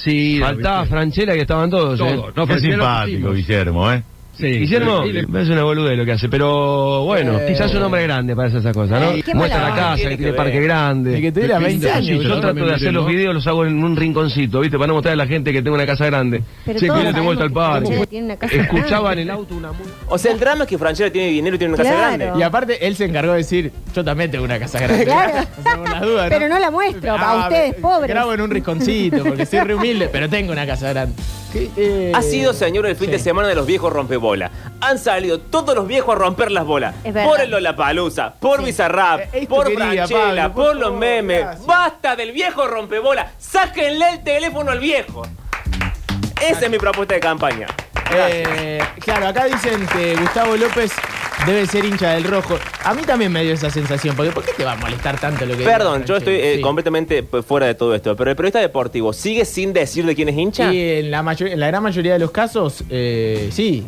Sí. Faltaba Franchella que estaban todos. ¿eh?
No fue simpático, Guillermo, ¿eh?
Sí. Guillermo, es una boludez lo que hace, pero bueno,
Eh.
quizás es un hombre grande para hacer esas cosas,
Ay, Eh, qué
¿no? Muestra
mala
la
onda.
casa,
Tiene
que
que
tiene
ver.
parque grande.
Y que tuviera 20 años.
Yo trato de hacer los videos, los hago en un rinconcito, ¿viste? Para no mostrarle a la gente que tengo una casa grande.
Pero
che,
todos
¿cómo te
sabemos
vuelta al
que
parque?
Franchella tiene una casa
Escuchaba en
grande.
el auto una muy...
O sea, el drama es que Franchella tiene dinero y tiene una casa
Claro.
grande.
Y aparte, él se encargó de decir, yo también tengo una casa grande.
Claro.
(laughs) O sea, por las dudas,
Pero no la muestro,
Ah,
para ustedes,
me-
pobres.
Grabo en un risconcito, porque soy re
(laughs)
humilde, pero tengo una casa grande. ¿Qué? Eh,
Ha sido, señor, el fin
sí.
de semana de los viejos rompebola. Han salido todos los viejos a romper las bolas.
Es verdad.
Por el Lollapalooza, por
Eh,
Bizarrap,
esto
por
quería,
Franchella,
Pablo, por
por, los
favor,
memes.
gracias.
¡Basta del viejo rompebola! ¡Sáquenle el teléfono al viejo! Esa es mi propuesta de campaña.
eh, claro, acá dicen que Gustavo López debe ser hincha del rojo. A mí también me dio esa sensación, porque ¿por qué te va a molestar tanto lo que
Perdón,
diga
yo estoy eh,
Sí.
completamente pues, fuera de todo esto, pero el periodista deportivo sigue sin decir de quién es hincha.
Y en la, mayor- en la gran mayoría de los casos, eh, sí.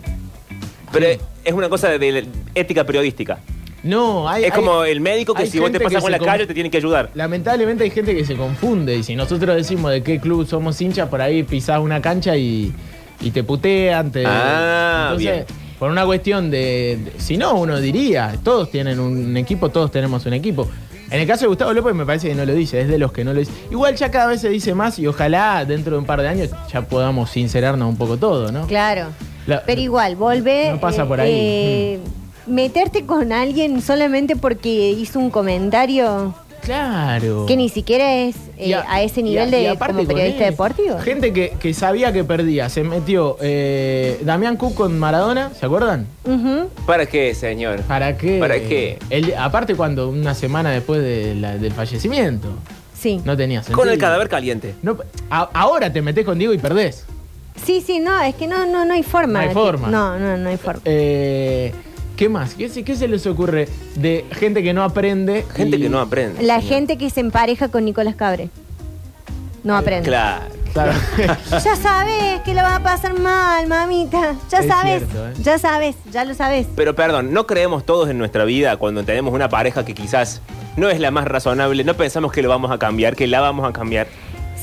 pero es una cosa de, de ética periodística.
No, hay.
es
hay-
como el médico que
hay
si vos te
gente
pasas
que
por
se
la calle
con-
te tiene que ayudar.
Lamentablemente hay gente que se confunde y si nosotros decimos de qué club somos hinchas, por ahí pisás una cancha y, y te putean. Te,
Ah, bien.
por una cuestión de, de- Si no, uno diría, todos tienen un equipo, todos tenemos un equipo. En el caso de Gustavo López me parece que no lo dice, es de los que no lo dice. Igual ya cada vez se dice más y ojalá dentro de un par de años ya podamos sincerarnos un poco todo, ¿no?
Claro.
La-
Pero igual, volver.
No pasa por ahí. Mm.
meterte con alguien solamente porque hizo un comentario
Claro.
que ni siquiera es
Oh.
eh,
Y
a, ese nivel
y a- y
de
aparte
como
con
periodista
él,
deportivo.
Gente que, que sabía que perdía. Se metió eh, Damián Cook con Maradona, ¿se acuerdan?
Ujú.
¿Para qué, señor?
¿Para qué?
¿Para qué?
El- aparte cuando una semana después de la- del fallecimiento.
Sí.
No tenía sentido.
Con el cadáver caliente.
No, a- ahora te metés con Diego y perdés.
Sí, sí, no, es que no, no, no hay forma.
No hay
de-
forma.
No, no, no hay forma.
Eh, ¿Qué más? ¿Qué, se- qué se les ocurre de gente que no aprende?
Gente
y-
que no
Eh,
aprende.
La
señor.
gente que se empareja con Nicolás Cabre. No
eh,
aprende.
Claro. (laughs)
Claro.
Ya sabes que la vas a pasar mal, mamita. Ya
Es
sabes.
cierto, ¿eh?
Ya sabes, ya lo sabes.
Pero perdón, no creemos todos en nuestra vida cuando tenemos una pareja que quizás no es la más razonable, no pensamos que lo vamos a cambiar, que la vamos a cambiar.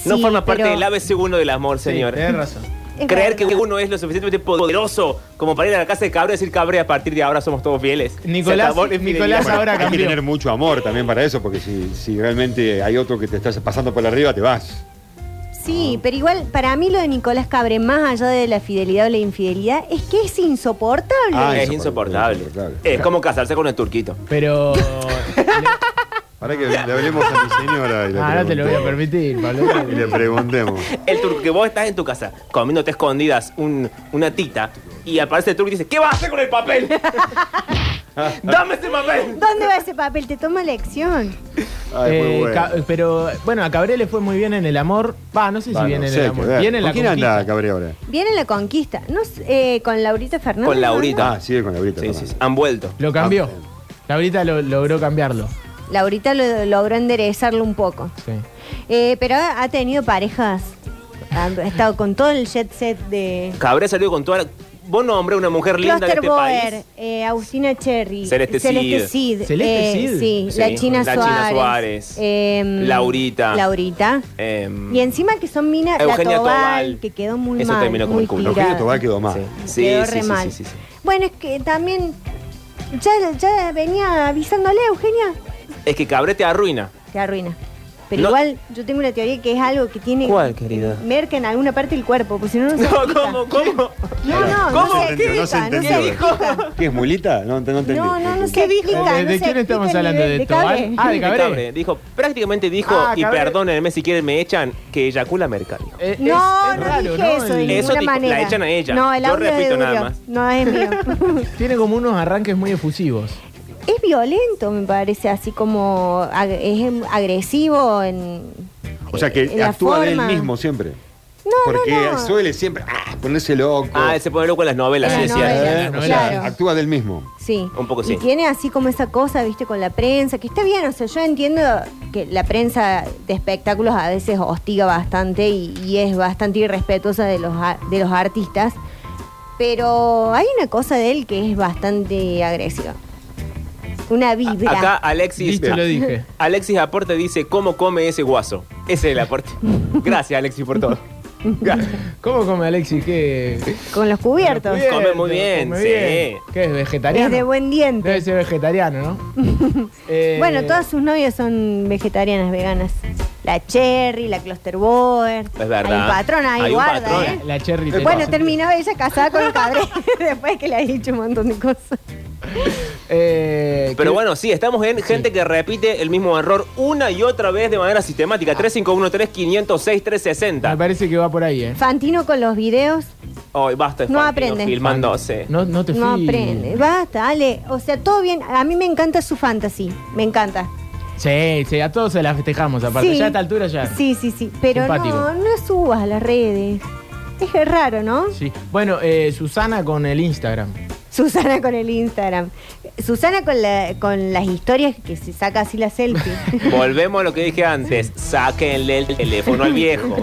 no
Sí,
forma parte
pero-
del ABC uno del amor,
Sí,
señor.
tenés razón.
Es
Creer que
verdad.
uno es lo suficientemente poderoso como para ir a la casa de Cabre y decir Cabre, a partir de ahora somos todos fieles.
Nicolás-
Se acabó la infidelidad.
Nicolás
Bueno,
ahora
hay que
cambió.
tener mucho amor también para eso, porque si, si realmente hay otro que te estás pasando por arriba, te vas.
Sí, pero igual, para mí lo de Nicolás Cabré, más allá de la fidelidad o la infidelidad, es que es insoportable.
Ah,
es
insoportable,
insoportable.
insoportable.
Es como casarse con el turquito.
Pero.
(laughs)
Para que le hablemos a mi señora.
(laughs)
Y le
Ahora Ah, te lo voy a
preguntemos.
permitir, Pablo.
Y le preguntemos.
El turco, que vos estás en tu casa comiéndote escondidas un- una tita y aparece el turco y dice, ¿qué vas a hacer con el papel? (laughs) ¡Dame ese papel!
¿Dónde va ese papel? Te toma lección.
Ay, Ah, muy
Eh,
bueno.
Ca- Pero bueno, a Cabré le fue muy bien en el amor. Va, no sé si
Bueno,
bien en
sé
el
que
amor.
ver.
Bien en
¿Con
la
quién
conquista.
anda Cabrera ahora?
Viene la conquista. No sé, eh, con Laurita Fernández.
Con Laurita.
Ah, sigue con la brita.
Sí, sí,
Fernández.
sí, han vuelto.
Lo
Ah,
cambió. Laurita lo, logró cambiarlo.
¿no? Laurita lo logró enderezarlo un poco.
Sí.
Eh, pero ha ha tenido parejas. Ha estado con todo el jet set de
Cabrera salió con toda la... Vos nombré una mujer linda de
Cluster
este
Boer,
país.
eh, Agustina Cherry,
Celeste Cid.
Cid,
Celeste
eh,
Cid.
sí,
Sí,
la China
la China
Suárez,
Suárez,
em,
Laurita.
Laurita.
Em,
Y encima que son minas, la
Eugenia
Tobal,
Tobal.
que quedó muy
Eso
mal,
terminó como
muy
el culo.
tirada.
Eugenio Tobal quedó más.
Sí,
Quedó
sí,
re
sí, sí,
mal.
sí, sí.
Bueno, es que también ya, ya venía avisándole, Eugenia,
Es que Cabrera te arruina.
te arruina. Pero
No.
igual yo tengo una teoría que es algo que tiene
¿Cuál, querida?
merca en alguna parte del cuerpo, porque si (laughs) no no se
No,
explica.
(laughs) ¿cómo? (laughs) ¿Cómo?
No, no, no,
¿Cómo?
se
¿Qué
explica,
dijo? No se
no
entendió.
se explica.
¿Qué es mulita? No, ent- no entendí.
No, no, no se
entendí.
explica.
¿De-
no
de
se
quién
explica
estamos
el
hablando?
nivel
¿De Tobal?
Cabré.
Ah, de Cabrera.
Cabrera Dijo, prácticamente dijo,
Ah,
y
Cabrera.
perdónenme si quieren me echan, que eyacula merca. dijo.
Eh,
(laughs) No,
es- es
no
raro,
dije
¿no?
eso de
El-
Eso
ninguna
dijo, la
manera.
echan a ella.
No, el
Yo
audio
repito
de
nada
Durio.
más.
No, es
(laughs)
mío.
Tiene como unos arranques muy efusivos.
es violento, me parece, así como ag- es agresivo en.
O sea
en
Eh,
que
la
actúa de él
forma.
mismo siempre.
No,
Porque
no, no.
suele siempre ah, ponerse loco.
Ah, él se pone loco en las novelas,
En
sí,
las
es cierto.
novelas.
¿Eh?
la
O
novela.
sea, actúa del mismo.
Sí.
Un poco
y
sí.
tiene así como esa cosa, viste, con la prensa, que está bien, o sea, yo entiendo que la prensa de espectáculos a veces hostiga bastante y, y es bastante irrespetuosa de los, a- de los artistas, pero hay una cosa de él que es bastante agresiva. Una vibra.
Acá Alexis,
Listo, lo
(laughs)
dije.
Alexis Aporte dice, ¿cómo come ese guaso? Ese es el aporte. Gracias, Alexis, por todo.
¿Cómo come Alexis? ¿Qué?
Con los cubiertos.
Cubierto,
Come muy bien,
come
sí.
bien. ¿Qué es
Es de
vegetariano?
buen diente.
Debe ser vegetariano, ¿no? Eh,
(laughs) Bueno, todas sus novias son vegetarianas, veganas. La Cherry, la Cluster Boer.
Es verdad.
Hay un patrón ahí,
Hay un
guarda,
patrón.
¿eh?
La cherry. te
Bueno,
pasa.
terminaba ella casada con
(laughs)
el cabré (laughs) después que le ha dicho un montón de cosas.
Eh,
Pero
¿qué-
bueno, sí, estamos en gente que repite el mismo error una y otra vez de manera sistemática. 3513-506-360.
Me parece que va por ahí, ¿eh?
Fantino con los videos
Hoy basta,
No
Fantino,
aprende.
Filmándose.
No, no te
no
fíes.
aprende. Basta, Ale. O sea, todo bien. A mí me encanta su fantasy. Me encanta.
Sí, sí, a todos se la festejamos, aparte.
Sí.
Ya a esta altura ya.
Sí, sí, sí. Pero
Simpático.
no, no subas a las redes. Es raro, ¿no? (laughs)
Sí. Bueno, eh, Susana con el Instagram.
Susana con el Instagram. Susana con, la- con las historias que se saca así la
(laughs)
selfie.
Volvemos a lo que dije antes. Sáquenle el teléfono al viejo.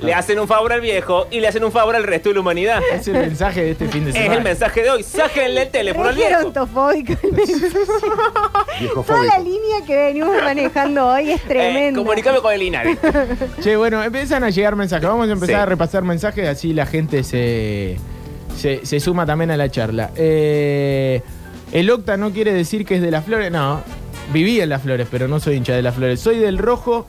le hacen un favor al viejo y le hacen un favor al resto de la humanidad.
Es el mensaje de este fin de
Es
semana.
el mensaje de hoy. Sáquenle el teléfono al
Re
viejo.
gerontofóbico el mensaje.
Viejo
Toda la
fóbico.
línea que venimos manejando hoy es
Eh,
tremenda.
comunicame con el Inares.
Che, bueno, empiezan a llegar mensajes. Vamos a empezar
Sí.
a repasar mensajes, así la gente se, se, se suma también a la charla. Eh, el Octa no quiere decir que es de las flores. No, viví en las flores, pero no soy hincha de las flores. Soy del rojo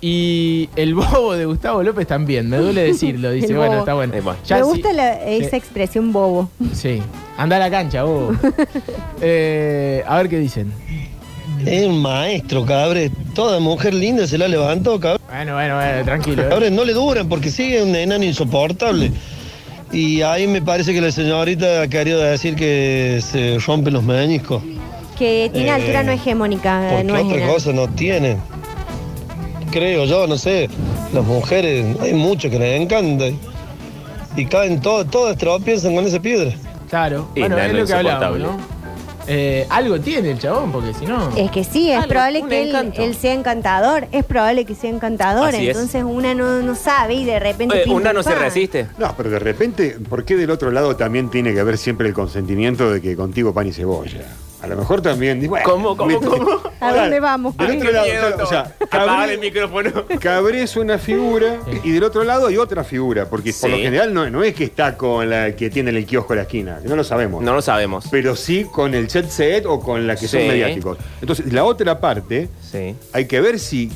y el bobo de Gustavo López también. Me duele
(laughs)
decirlo, dice.
El
bueno,
bobo.
está bueno.
Eh, bueno.
Ya
Me
sí-
gusta la- esa expresión bobo.
Sí, anda a la cancha,
(laughs)
bobo. Eh, a ver qué dicen.
Es un maestro, cabre. Toda mujer linda se la levantó, cabre.
Bueno, bueno, bueno, tranquilo. eh.
Cabre, no le duran porque sigue un enano insoportable. Y ahí me parece que la señorita ha querido decir que se rompen los meniscos.
Que tiene
Eh,
altura no hegemónica, eh,
Porque
no es
otra
enano.
cosa no tiene. Creo yo, no sé. Las mujeres, hay mucho que les encanta. Y caen todas, todas tropiezan con esa piedra.
Claro,
Y
bueno, es
nano
lo que hablamos,
insoportable.
¿no? Eh, algo tiene el chabón, porque si no.
Es que sí, es
Algo,
probable
un
que él,
encanto.
él sea encantador, es probable que sea encantador,
Así es.
entonces una no, no sabe y de repente...
Eh,
pim,
una no
pam,
se
pam.
resiste.
No, pero de repente, ¿por qué del otro lado también tiene que haber siempre el consentimiento de que contigo pan y cebolla? A lo mejor también. digo, bueno,
¿Cómo, cómo,
mientras-
cómo?
¿A dónde vamos?
Del
Ay,
otro
qué
lado,
miedo,
claro, o sea,
Tom.
Cabrera-
Apagar el micrófono.
Cabré es una figura y del otro lado hay otra figura, porque por
Sí.
lo general no, no es que está con la que tiene en el kiosco a la esquina, no lo sabemos.
No lo sabemos.
Pero sí con el jet set o con la que son
Sí.
mediáticos. Entonces, la otra parte,
Sí.
hay que ver si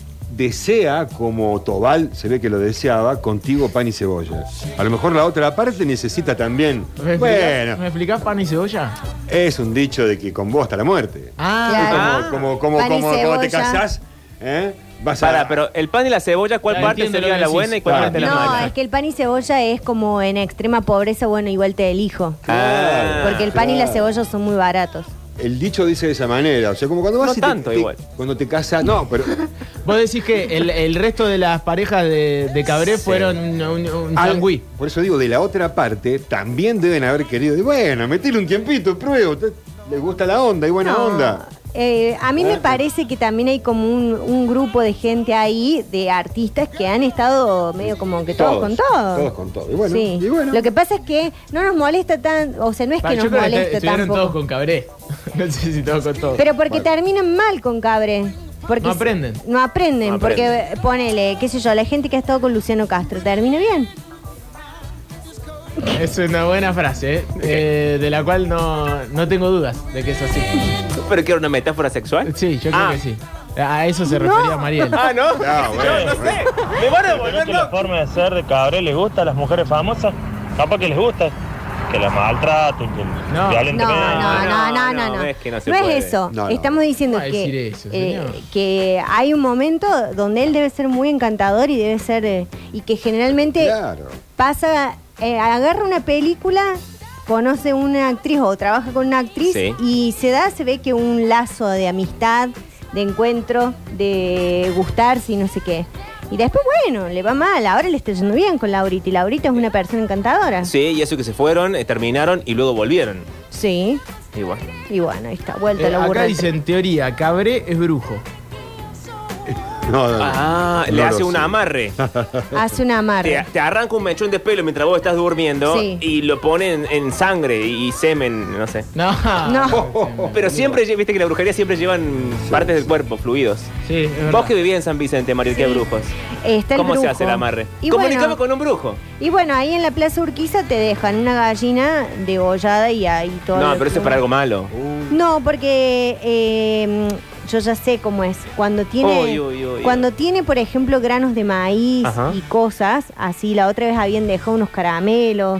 desea, como Tobal se ve que lo deseaba, contigo pan y cebolla. A lo mejor la otra parte necesita también.
¿Me explicás, ¿Me
Bueno,
explicás pan y cebolla?
es un dicho de que con vos hasta la muerte.
Ah,
Claro.
Como, como,
Pan y
como, como, como te
cebolla.
casás, ¿eh? vas a.
Para, pero el pan y la cebolla, ¿cuál
Ya
parte
entiendo lo
sería
que
la
decís.
buena y cuál
Claro.
parte la
no,
mala?
es que el pan y cebolla es como en extrema pobreza, bueno, igual te elijo.
Ah,
Porque el pan y la
claro.
cebolla son muy baratos.
El dicho dice de esa manera. O sea, como cuando vas
No
y te-
tanto
te-
igual.
Cuando te casas. No, pero.
vos decís que el, el resto de las parejas de, de Cabré fueron un, un, un
al-
sangüí.
por eso digo, de la otra parte también deben haber querido. Y bueno, metele un tiempito, pruebo. te- Les gusta la onda y buena
No.
onda.
Eh, a mí me parece que también hay como un, un grupo de gente ahí, de artistas que han estado medio como que todos, con todos.
Todos con todo. Y bueno,
Sí.
y bueno.
Lo que pasa es que no nos molesta tan, o sea, no es
Pa,
que
yo
nos
creo que
moleste
estuvieron
tampoco.
todos con Cabré. (laughs) No sé si todos con todos.
Pero porque terminan mal con Cabre. Porque
No
si-
aprenden.
No aprenden,
No
porque
aprenden.
ponele, qué sé yo, la gente que ha estado con Luciano Castro termina bien.
Es una buena frase, ¿eh? Eh, de la cual no, no tengo dudas de que es así.
¿Pero que era una metáfora sexual?
Sí, yo creo
Ah.
que sí. A eso se refería Mariel.
Ah, ¿no? (laughs)
No, bueno,
no, no sé. Me van a volver
la
loco.
forma de ser de Cabré les gusta a las mujeres famosas? Capaz que les gusta. Que las maltraten, que
No.
no.
No, no, no, no, no, no.
no, es que no se
No
puede.
es eso.
No, no.
Estamos diciendo
Va a decir
que,
eso,
eh,
señor.
que hay un momento donde él debe ser muy encantador y debe ser eh, y que generalmente
Claro.
pasa, eh, agarra una película, conoce una actriz o trabaja con una actriz
Sí.
y se da, se ve que un lazo de amistad, de encuentro, de gustarse y no sé qué. Y después, bueno, le va mal. Ahora le está yendo bien con Laurita y Laurita es una persona encantadora.
Sí, y eso que se fueron, eh, terminaron y luego volvieron.
Sí.
Igual.
Y bueno, ahí está, vuelta
Eh,
la burra.
acá
del
dice en teoría, Cabré es brujo.
No, no, no.
Ah, le
No
hace
lo
un
sé.
amarre.
Ah.
tren. Hace una amarre.
Te, te arranca un mechón de pelo mientras vos estás durmiendo
Sí.
y lo pone en, en sangre y, y semen, no sé.
No.
No.
Oh,
Pero siempre, lle- viste que la brujería siempre llevan partes del cuerpo, fluidos.
Sí, es verdad.
Vos que vivías en San Vicente, Mario, qué brujos.
Está el
Ah. ¿Cómo se
brujo.
hace el amarre?
Y
Comunicame
bueno,
con un brujo.
y bueno, ahí en la Plaza Urquiza te dejan una gallina degollada y ahí todo. lo
No, pero eso
que-
es para algo malo.
No, porque eh, yo ya sé cómo es. Cuando tiene,
Uy, uy, uy.
cuando tiene, por ejemplo, granos de maíz
Ajá.
y cosas, así la otra vez habían dejado unos caramelos,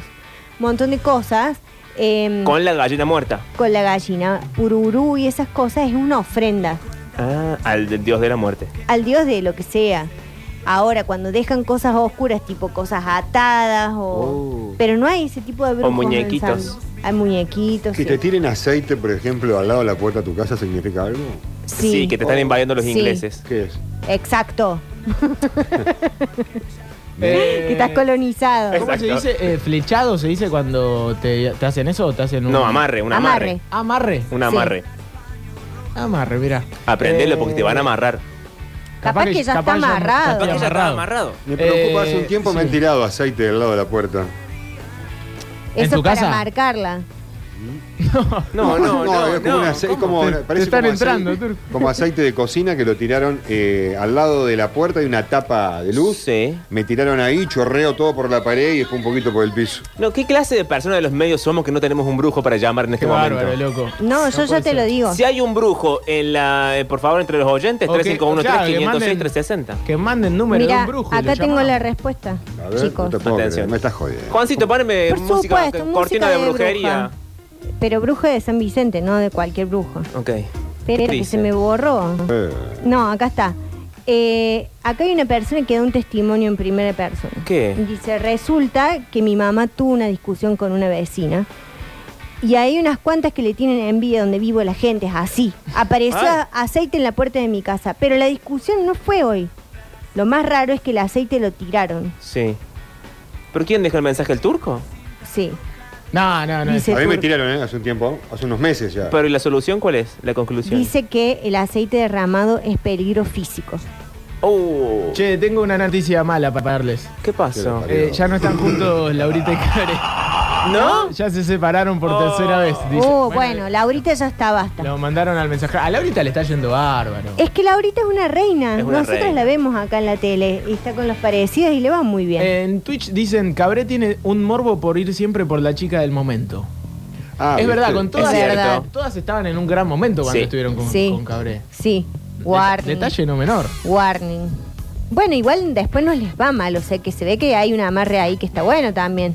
un montón de cosas. eh, con,
Con la gallina muerta.
la gallina, pururú y esas cosas, es una ofrenda
Ah, al del dios de la muerte.
al dios de lo que sea. Ahora, cuando dejan cosas oscuras, tipo cosas atadas o...
Oh.
Pero no hay ese tipo de brujos. en
muñequitos.
San- Hay muñequitos.
Que
sí.
te tiren aceite, por ejemplo, al lado de la puerta de tu casa significa algo.
Sí, que te están
Oh.
invadiendo los
Sí.
ingleses.
¿Qué es?
Exacto.
Eh,
que estás
Eh,
colonizado.
¿Cómo se dice? Eh, ¿Flechado se dice cuando te, te hacen eso o te hacen un...?
No, amarre, un amarre.
Amarre.
Amarre.
Un
Sí.
amarre.
Amarre, mira.
Aprendelo porque te van a amarrar.
Capaz que ya está amarrado.
ya
Capaz
Porque
que
Eh. ya está amarrado.
Me preocupa, hace un
Eh,
tiempo me
sí.
han tirado aceite del lado de la puerta.
¿En
Eso
tu
es para
casa?
marcarla.
(laughs)
No, no, no.
es como, un
no.
ace- es como-
¿Cómo? Te- te
parece
están
como
entrando,
aceite,
Turco.
como aceite de cocina que lo tiraron eh, al lado de la puerta y una tapa de luz.
Sí.
Me tiraron ahí, chorreo todo por la pared y después un poquito por el piso.
No, ¿qué clase de personas de los medios somos que no tenemos un brujo para llamar en
Qué
este momento?
bárbaro, loco.
No, yo ya
puede
te
ser.
lo digo.
Si hay un brujo en la, eh, por favor, entre los oyentes,
Ok,
351
claro, que
506
manden-
360
Que manden número de
Mira,
un brujo. y lo
acá tengo
llamamos.
la respuesta,
A ver,
chicos.
no te puedo creer,
Atención.
me estás jodiendo.
Juancito, poneme
Por
música,
supuesto,
cortina
música
de,
de
brujería.
Pero brujo de San Vicente, no de cualquier brujo.
Ok.
Espera que
Dice.
se me borró.
Eh.
No, acá está. Eh, acá hay una persona que da un testimonio en primera persona.
¿Qué?
Dice, resulta que mi mamá tuvo una discusión con una vecina. Y hay unas cuantas que le tienen envidia donde vivo la gente, es así. Apareció
Ay.
aceite en la puerta de mi casa, pero la discusión no fue hoy. Lo más raro es que el aceite lo tiraron.
Sí. ¿Pero quién dejó el mensaje? ¿El turco?
Sí.
No, no, no.
Dice-
A mí me
Turco.
tiraron ¿eh? hace un tiempo, hace unos meses ya.
¿Pero y la solución cuál es? La conclusión.
Dice que el aceite derramado es peligro físico.
Oh,
Che, tengo una noticia mala para darles.
¿qué pasó?
¿Qué
Eh, ya no están juntos Laurita y Cabré.
¿No?
(laughs) Ya se separaron por tercera vez. dice.
Oh, bueno, Laurita ya está, basta.
Lo mandaron al mensaje. A Laurita le está yendo bárbaro.
Es que Laurita es una reina.
Es una
Nosotros
reina.
la vemos acá en la tele. Y está con los parecidos y le va muy bien.
Eh,
En Twitch dicen, Cabré tiene un morbo por ir siempre por la chica del momento.
Ah,
es
¿viste?
verdad, con todas,
Es verdad.
todas estaban en un gran momento cuando
Sí.
estuvieron con,
Sí.
con Cabré.
Sí. Warning.
Detalle no menor.
Warning. Bueno, igual después no les va mal, o sea que se ve que hay un amarre ahí que está bueno también.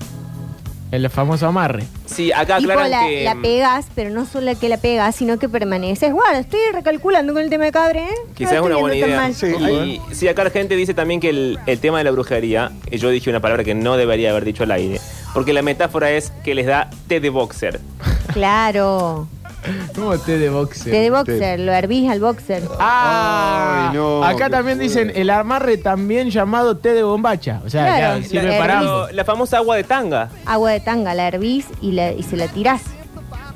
El famoso amarre.
Sí, acá
Tipo,
aclaran
la,
que. mm,
la pegas, pero no solo que la pegas, sino que permaneces. Bueno, estoy recalculando con el tema de cabre, ¿eh? No
Quizás es
lo
una
estoy
buena
viendo tan
idea.
mal.
Sí,
y sí, acá la gente dice también que el, el tema de la brujería, eh, yo dije una palabra que no debería haber dicho al aire, porque la metáfora es que les da té de boxer.
Claro.
¿Cómo té de boxeo?
Te de boxer, lo hervís al boxer.
Ah,
Ay, no,
acá
qué
también
fuerte.
dicen el amarre también llamado té de bombacha. O sea,
Claro,
ya sirve
la-
para
el-
ambos.
la famosa agua de tanga.
Agua de tanga, la hervís y, la- y se la tirás.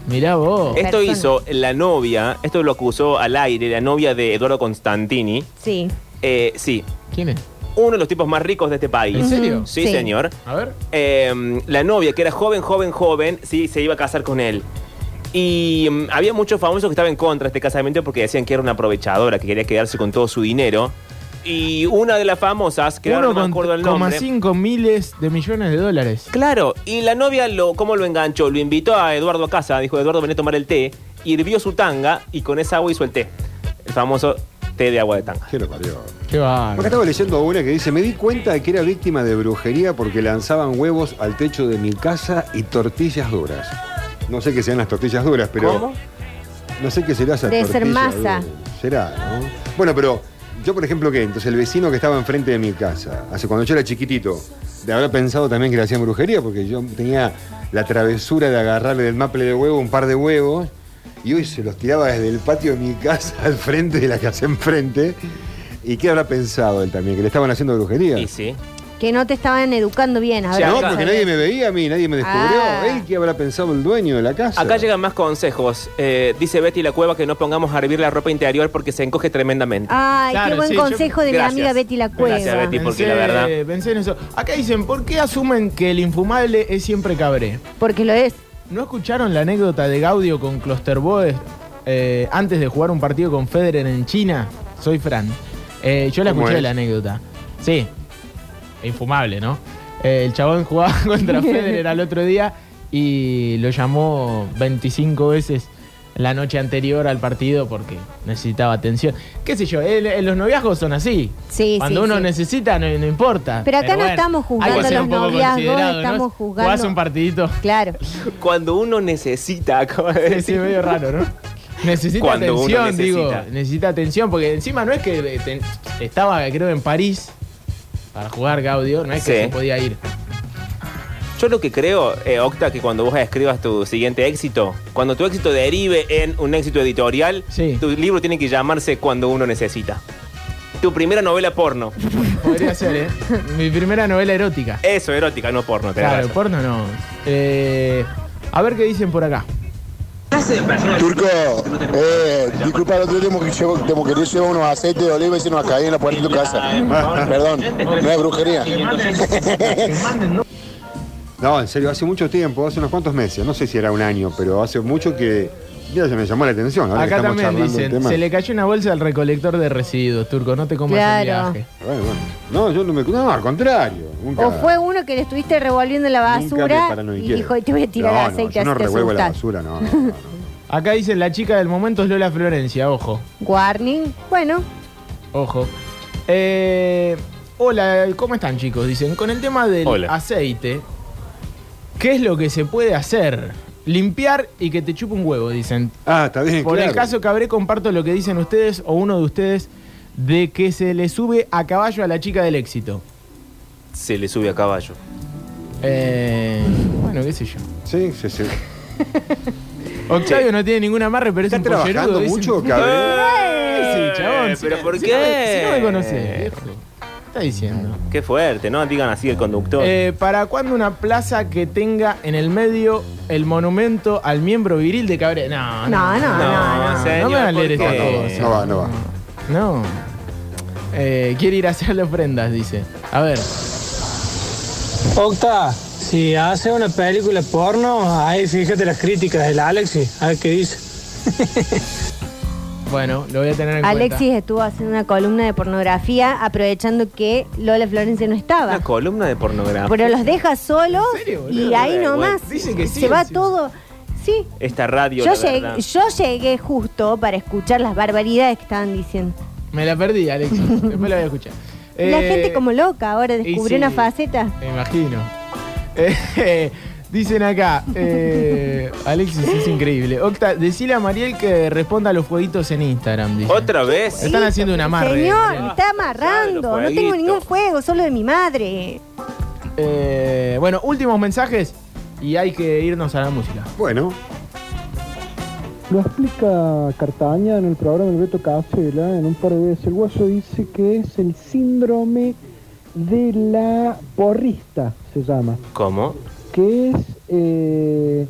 Mirá vos.
Eh.
Esto
Persona.
hizo la novia, esto lo acusó al aire, la novia de Eduardo Constantini.
Sí.
Eh, sí,
¿Quién es?
uno de los tipos más ricos de este país.
¿En serio?
Sí,
Sí.
señor.
A ver.
Eh, la novia, que era joven, joven, joven, sí, se iba a casar con él. Y mm, había muchos famosos que estaban en contra de este casamiento porque decían que era una aprovechadora, que quería quedarse con todo su dinero. Y una de las famosas, que ahora no me acuerdo el nombre.
1,5 miles de millones de dólares.
Claro, y la novia, lo, ¿cómo lo enganchó? Lo invitó a Eduardo a casa, dijo, Eduardo, ven a tomar el té, hirvió su tanga y con esa agua hizo el té. El famoso té de agua de tanga.
¿Qué lo parió?
Qué
Acá
bárbaro.
estaba leyendo una que dice, me di cuenta de que era víctima de brujería porque lanzaban huevos al techo de mi casa y tortillas duras. No sé qué sean las tortillas duras, pero...
¿Cómo?
No sé qué será esa
Debe ser
tortilla
masa.
dura. Será, ¿no? Bueno, pero yo, por ejemplo, ¿qué? Entonces el vecino que estaba enfrente de mi casa, hace cuando yo era chiquitito, de habrá pensado también que le hacían brujería porque yo tenía la travesura de agarrarle del maple de huevo un par de huevos y hoy se los tiraba desde el patio de mi casa (laughs) al frente de la casa enfrente. ¿Y qué habrá pensado él también? ¿Que le estaban haciendo brujería?
Y sí.
Que no te estaban educando bien. ahora
No,
vamos a
porque
ver.
nadie me veía a mí, nadie me descubrió.
Ah.
¿Él qué habrá pensado el dueño de la casa?
Acá llegan más consejos. Eh, dice Betty la cueva que no pongamos a hervir la ropa interior porque se encoge tremendamente.
Ay,
Claro,
qué buen
sí, yo-
consejo de
Gracias.
mi amiga Betty la Cueva.
Gracias, Betty, porque la
Pensé-
verdad.
pensé en eso. Acá dicen, ¿por qué asumen que el infumable es siempre cabré?
Porque lo es.
¿No escucharon la anécdota de Gaudio con Klosterboe eh, antes de jugar un partido con Federer en China? Soy Fran. Eh, yo la
¿Cómo
escuché
es?
la anécdota. Sí. Infumable, ¿no? Eh, el chabón jugaba (laughs) contra Federer al otro día y lo llamó 25 veces la noche anterior al partido porque necesitaba atención. ¿Qué sé yo? el- el- los noviazgos son así.
Sí,
Cuando
sí,
uno
sí.
necesita, no, no importa.
Pero acá no estamos juzgando
hay que ser
los
un poco
noviazgos,
considerado, ¿no?
estamos jugando-
Jugás un partidito.
Claro.
Cuando uno necesita, (laughs) acaba de
Sí, sí,
decir.
medio raro, ¿no? Necesita
Cuando uno
atención,
necesita.
digo. Necesita atención, porque encima no es que eh, ten- estaba, creo, en París para jugar Gaudio, no es que
Sí.
se podía ir.
Yo lo que creo, eh, Octa, que cuando vos escribas tu siguiente éxito, cuando tu éxito derive en un éxito editorial,
Sí.
tu libro tiene que llamarse Cuando uno necesita. Tu primera novela porno.
Podría ser,
(laughs)
¿eh? Mi primera novela erótica.
Eso, erótica, no porno. tenés
Claro,
razón.
porno no. Eh, a ver qué dicen por acá.
Turco, eh, disculpa, el otro día te llevo- te quería llevar unos aceites de oliva y se nos caían en la puerta de tu casa. Perdón, no es brujería.
No, en serio, hace mucho tiempo, hace unos cuantos meses, no sé si era un año, pero hace mucho que. Mira, se me llamó la atención. Ahora que
Acá
estamos
también
charlando el
dicen,
tema.
se le cayó una bolsa al recolector de residuos, turco, no te comas el
Claro.
viaje.
Bueno, bueno. No, yo no me. No, al contrario. Nunca,
O fue uno que le estuviste revolviendo la basura
nunca me
y dijo, te voy a este tirar
no, no,
aceite,
yo no
así te
revuelvo la
asustas".
basura, no.
(laughs)
no, no.
Acá dicen, la chica del momento es Lola Florencia, ojo.
Warning. Bueno,
Ojo. Eh, hola, ¿cómo están chicos? Dicen, con el tema del
Hola.
aceite, ¿qué es lo que se puede hacer? Limpiar y que te chupe un huevo, dicen.
Ah, está bien.
Por el
claro.
caso Cabré comparto lo que dicen ustedes o uno de ustedes de que se le sube a caballo a la chica del éxito.
Se le sube a caballo.
Eh, bueno, qué sé yo.
Sí, sí, sí.
Octavio no tiene ningún amarre, pero es
¿Está
un pollerudo,
trabajando
dicen.
mucho, cabrón?
¡Eh!
Sí, chabón.
¿Pero
si-
por
si
qué?
no me- si no me conocés, viejo. ¿Qué está diciendo?
Qué fuerte, ¿no? Digan así el conductor.
Eh, ¿Para cuándo una plaza que tenga en el medio el monumento al miembro viril de Cabrera? No,
No, no, no, no.
no, me va a leer
¿por
esta
qué?
cosa.
No va, no va.
No. Eh, quiere ir a hacerle ofrendas, dice. A ver.
Octa, si hace una película porno, ahí fíjate las críticas del Alexi, a ver qué dice.
(laughs) Bueno, lo voy a tener en cuenta.
Alexis estuvo haciendo una columna de pornografía aprovechando que Lola Florencia no estaba.
Una columna de pornografía.
Pero los deja solos
¿En serio, boludo?
y ahí
Bueno,
nomás
dice que sí,
se va
sí.
todo, Sí.
Esta radio.
Yo
la verdad.
llegué, yo llegué justo para escuchar las barbaridades que estaban diciendo.
Me la perdí,
(laughs)
Alex. Después la voy a escuchar.
La
Eh,
gente como loca ahora
sí.
descubrió una faceta.
Me imagino. (laughs) Eh, dicen acá, eh, Alexis es increíble. Octa, decile a Mariel que responda a los jueguitos en Instagram. dice.
Otra vez.
Están haciendo una amarre.
Señor,
Mariel.
me está amarrando. No tengo
fueguitos.
ningún fuego, solo de mi madre.
Eh, bueno, últimos mensajes y hay que irnos a la música.
Bueno.
Lo explica Cartaña en el programa del Beto Cafela en un par de veces. El guaso dice que es el síndrome de la porrista, se llama.
¿Cómo?
Que es eh,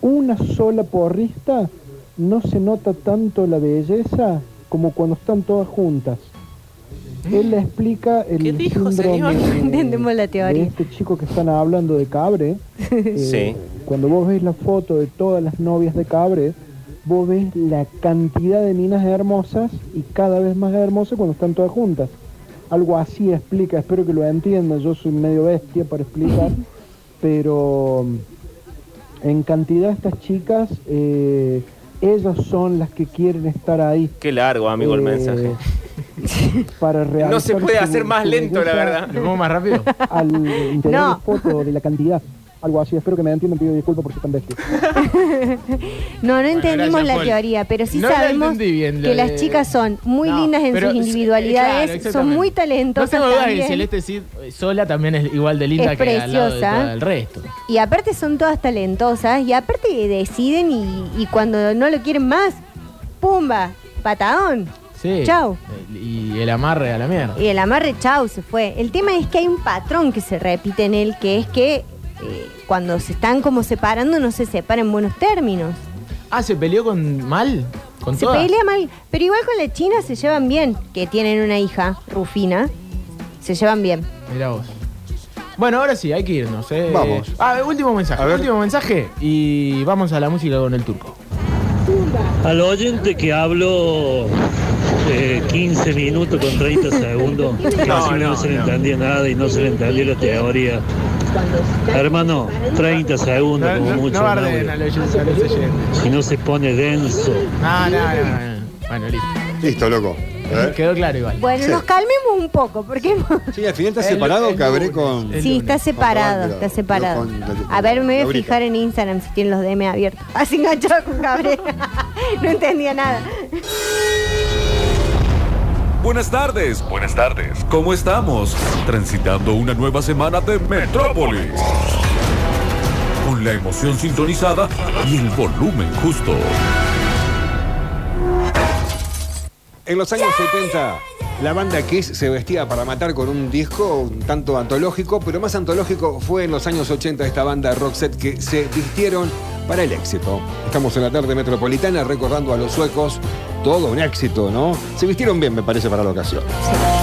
una sola porrista, no se nota tanto la belleza como cuando están todas juntas. Él le explica el síndrome
No (laughs)
de-
entendemos la
de
teoría.
este chico que están hablando de Cabre. eh, Cuando vos ves la foto de todas las novias de Cabre, vos ves la cantidad de minas hermosas y cada vez más hermosas cuando están todas juntas. Algo así explica, espero que lo entiendan, yo soy medio bestia
(laughs)
para explicar, pero mm, en cantidad estas chicas, eh, ellas son las que quieren estar ahí.
Qué largo, amigo, el
Eh,
mensaje.
Para
(laughs)
realizar
No se puede
su-
hacer más
su
lento, la
belleza
verdad.
más
(laughs)
rápido?
al interior
No.
de foto de la cantidad. Algo así, espero que me entiendan, pido disculpas por ser tan bestia.
No, no entendimos
gracias,
la
Paul.
teoría, pero sí
No la
sabemos
entendí bien, lo
que las
de-
chicas son muy
No,
lindas en
pero
sus
sí,
individualidades,
claro,
son
exactamente.
muy
No
talentosas
tengo duda que
también,
Celeste Cid eh, sola también es igual de linda
Es
que al lado de
preciosa.
toda el resto.
y aparte son todas talentosas y aparte deciden y, y cuando no lo quieren más, pumba, patadón.
Sí.
Chau. Eh.
Eh, Y el amarre a la mierda.
Y el amarre chau se fue. El tema es que hay un patrón que se repite en él, que es que eh, cuando se están como separando no se separan en buenos términos.
Ah, se peleó con mal, con
Se
todas?
pelea mal, pero igual con la China se llevan bien, que tienen una hija, Rufina. Se llevan bien.
Mirá vos. Bueno, ahora sí, hay que irnos. eh.
Vamos.
Ah, último mensaje, último mensaje. Y vamos a la música con el turco.
Al oyente que hablo eh, 15 minutos con 30 segundos, casi (laughs) no, se le entendía nada y no se le entendía la teoría. Hermano, 30 segundos como mucho. un audio. si no se pone denso.
No, no, no, no. Bueno, listo.
Listo, loco. Eh,
Quedó claro igual.
Bueno,
Sí.
nos calmemos un poco, porque hemos-
Sí, al final está
El-
separado,
el
cabré con.
Sí, está separado, está separado. A ver, me voy a fijar en Instagram si tienen los DM abiertos. (laughs) Así enganchado con Cabrera. (laughs) No entendía nada.
Buenas tardes, buenas tardes. ¿Cómo estamos? Transitando una nueva semana de Metrópolis. Con la emoción sintonizada y el volumen justo.
En los años 70, la banda Kiss se vestía para matar con un disco un tanto antológico, pero más antológico fue en los años 80 esta banda Roxette que se vistieron para el éxito. Estamos en la tarde metropolitana recordando a los suecos todo un éxito, ¿no? Se vistieron bien, me parece, para la ocasión.